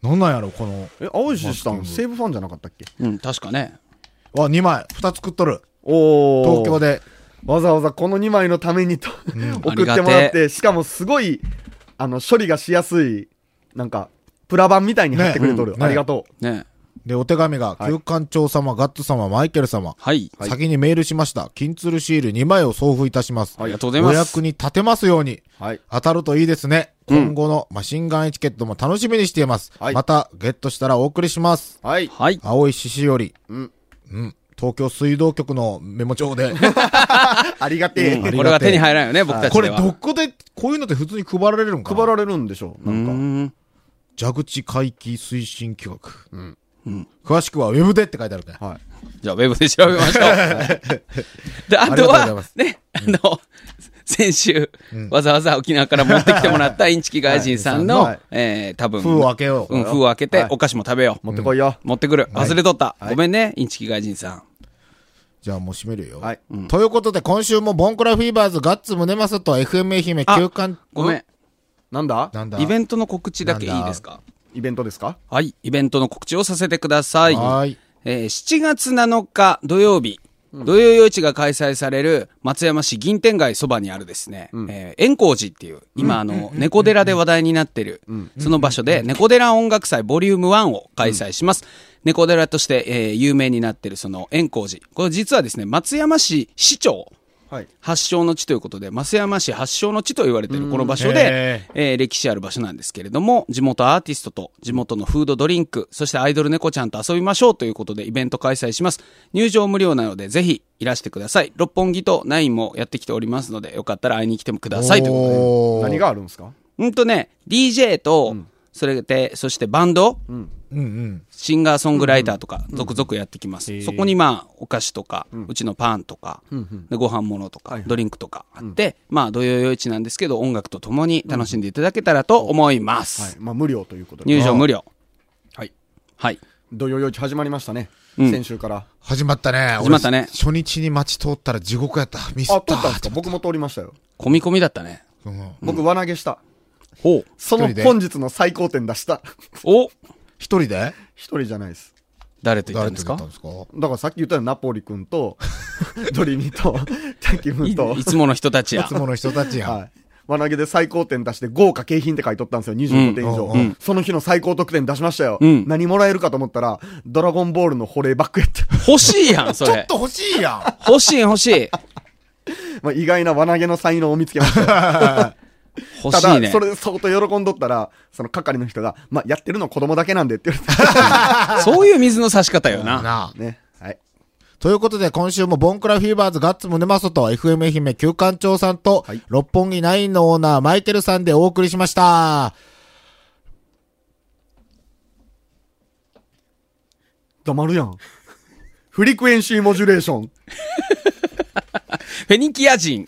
[SPEAKER 2] なんなんやろ、この。
[SPEAKER 4] え、青石さん、西武ファンじゃなかったっけ
[SPEAKER 3] うん、確かね。
[SPEAKER 2] あ、2枚。2つ食っとる。
[SPEAKER 4] お
[SPEAKER 2] 東京
[SPEAKER 4] で。
[SPEAKER 2] で。
[SPEAKER 4] わざわざこの2枚のためにと、送っても
[SPEAKER 3] ありが
[SPEAKER 4] らってて、しかもすごい、あの、処理がしやすい、なんか、プラ板みたいに貼ってくれとる。
[SPEAKER 2] ねうん
[SPEAKER 4] ありがとう。
[SPEAKER 3] ね。
[SPEAKER 2] で、お手紙が、
[SPEAKER 4] い
[SPEAKER 2] 旧館長様、ガッツ様、マイケル様。
[SPEAKER 3] はい。
[SPEAKER 4] はい
[SPEAKER 2] 先にメールしました。金鶴シール2枚を送付いたします。
[SPEAKER 3] ありがとう
[SPEAKER 2] お
[SPEAKER 3] ございます。
[SPEAKER 2] 役に立てますように。
[SPEAKER 4] はい。
[SPEAKER 2] 当たるといいですね。
[SPEAKER 3] うん
[SPEAKER 2] 今後のマシンガンエチケットも楽しみにしています。
[SPEAKER 4] はい
[SPEAKER 2] また、ゲットしたらお送りします。
[SPEAKER 4] はい。
[SPEAKER 3] はい。
[SPEAKER 2] 青い獅子より。
[SPEAKER 4] うん。
[SPEAKER 2] うん。東京水道局のメモ帳 で。
[SPEAKER 4] ありがて
[SPEAKER 3] う
[SPEAKER 4] え。
[SPEAKER 3] んこれが手に入らんよね、僕た
[SPEAKER 2] こ
[SPEAKER 3] ちで
[SPEAKER 2] れ、
[SPEAKER 3] は。
[SPEAKER 2] どこで、こういうのって普通に配られるんかな
[SPEAKER 4] 配られるんでしょう。
[SPEAKER 3] う
[SPEAKER 4] なん
[SPEAKER 3] ー
[SPEAKER 4] か。
[SPEAKER 3] ん。
[SPEAKER 2] 蛇口回帰推進企画。
[SPEAKER 4] ん
[SPEAKER 3] うん
[SPEAKER 2] 詳しくはウェブでって書いてあるね。
[SPEAKER 4] はい。
[SPEAKER 3] じゃあ、ウェブで調べましょう。で、あ
[SPEAKER 2] ありがとう
[SPEAKER 3] と
[SPEAKER 2] ございま
[SPEAKER 3] は
[SPEAKER 2] す、
[SPEAKER 3] ね、あの、先週、わざわざ沖縄から持ってきてもらったインチキ外人さん
[SPEAKER 4] は
[SPEAKER 3] の
[SPEAKER 4] い、
[SPEAKER 3] えー、多分、
[SPEAKER 2] 封を開けよう。
[SPEAKER 3] うん、封を開けて
[SPEAKER 4] はい、
[SPEAKER 3] お菓子も食べよう
[SPEAKER 4] 持。ってこいよ。
[SPEAKER 3] 持ってくる。忘れとった。
[SPEAKER 4] はい
[SPEAKER 3] ごめんね、インチキ外人さん。
[SPEAKER 2] じゃあもう閉めるよ。
[SPEAKER 4] はい。
[SPEAKER 2] ということで、今週もボンクラフィーバーズガッツムネマスと FM 愛媛
[SPEAKER 3] あ
[SPEAKER 2] 休館、
[SPEAKER 3] ごめん。
[SPEAKER 4] なんだ
[SPEAKER 2] なんだ
[SPEAKER 3] イベントの告知だけい
[SPEAKER 2] なん
[SPEAKER 3] い
[SPEAKER 2] だ
[SPEAKER 3] ですか
[SPEAKER 4] イベントですか
[SPEAKER 3] はい。イベントの告知をさせてください。
[SPEAKER 2] はーい。
[SPEAKER 3] えー7月7日土曜日、土曜夜市が開催される松山市銀天街そばにあるですね、えー円光寺っていう、今あの、猫寺で話題になってる、その場所で猫寺音楽祭ボリューム1を開催します。猫寺として、えー有名になってるその円光寺。これ実はですね、松山市市長。
[SPEAKER 4] はい。
[SPEAKER 3] 発祥の地ということで、松山市発祥の地と言われているこの場所
[SPEAKER 2] へ
[SPEAKER 3] で、えー歴史ある場所なんですけれども、地元アーティストと地元のフードドリンク、そしてアイドル猫ちゃんと遊びましょうということでイベント開催します。入場無料なので、ぜひいらしてください。六本木とナインもやってきておりますので、よかったら会いに来てもくださいということで。
[SPEAKER 2] おー
[SPEAKER 4] 何があるんですか
[SPEAKER 3] うんとね、DJ と、それで、そしてバンド、
[SPEAKER 2] うんうん。
[SPEAKER 3] シンガーソングライターとか、続々やってきます。そこにまあ、お菓子とか、うちのパンとか、でご飯物とか、ドリンクとかあって、まあ、土曜夜市なんですけど、音楽とともに楽しんでいただけたらと思いま
[SPEAKER 4] は
[SPEAKER 3] す
[SPEAKER 4] い。。まあ、無料ということで。
[SPEAKER 3] 入場無料。
[SPEAKER 4] はい。
[SPEAKER 3] はい。
[SPEAKER 4] 土曜夜市始まりましたね。
[SPEAKER 3] うん
[SPEAKER 4] 先週から。
[SPEAKER 2] 始まったね。
[SPEAKER 3] 始まったね
[SPEAKER 2] 俺初日に街通ったら地獄やった。ミス
[SPEAKER 4] あ、
[SPEAKER 2] っ
[SPEAKER 4] 通
[SPEAKER 2] た。
[SPEAKER 4] ったんですか僕も通りましたよ。
[SPEAKER 3] 込み込みだったね。
[SPEAKER 2] うん
[SPEAKER 4] 僕、輪投げした。
[SPEAKER 3] ほう。
[SPEAKER 4] その
[SPEAKER 2] 一人で
[SPEAKER 4] 本日の最高点出した。
[SPEAKER 3] お
[SPEAKER 2] 一人で
[SPEAKER 4] 一人じゃないです。
[SPEAKER 3] 誰と言っ
[SPEAKER 2] 誰
[SPEAKER 3] たんで
[SPEAKER 2] と
[SPEAKER 3] す
[SPEAKER 2] 行ったん
[SPEAKER 3] か
[SPEAKER 2] ですか
[SPEAKER 4] だからさっき言ったようにナポリ君 と、ドリミと、タキムと
[SPEAKER 3] い、いつもの人たち
[SPEAKER 2] い
[SPEAKER 3] や
[SPEAKER 2] つ。もの人たち やん。
[SPEAKER 4] はい。輪投げで最高点出して、豪華景品って書いとったんですよ、25点以上。
[SPEAKER 2] うん
[SPEAKER 4] その日の最高得点出しましたよ。
[SPEAKER 3] うん
[SPEAKER 4] 何もらえるかと思ったら、ドラゴンボールの保冷バッ グやった。
[SPEAKER 3] 欲しいやん、そ
[SPEAKER 2] ちょっ
[SPEAKER 3] れ。
[SPEAKER 2] と欲しいやん。
[SPEAKER 3] 欲しい欲しい。
[SPEAKER 4] まあ、意外な輪投げの才能を見つけましたよ。
[SPEAKER 3] 欲
[SPEAKER 4] た
[SPEAKER 3] しい
[SPEAKER 4] だ、
[SPEAKER 3] ね
[SPEAKER 4] そ。れ相当喜んどったら、その係の人が、まあ、やってるの子供だけなんでって言わ
[SPEAKER 3] そういう水の差し方よな。
[SPEAKER 2] なあ
[SPEAKER 4] れて。ね。はい。
[SPEAKER 2] ということで、今週もボンクラフィーバーズガッツムネマソと FM 愛媛旧館長さんと、
[SPEAKER 4] はい
[SPEAKER 2] 六本木ナインのオーナーマイケルさんでお送りしました。
[SPEAKER 4] 黙るやん。 フリクエンシーモジュレーション。
[SPEAKER 3] フェニキア人。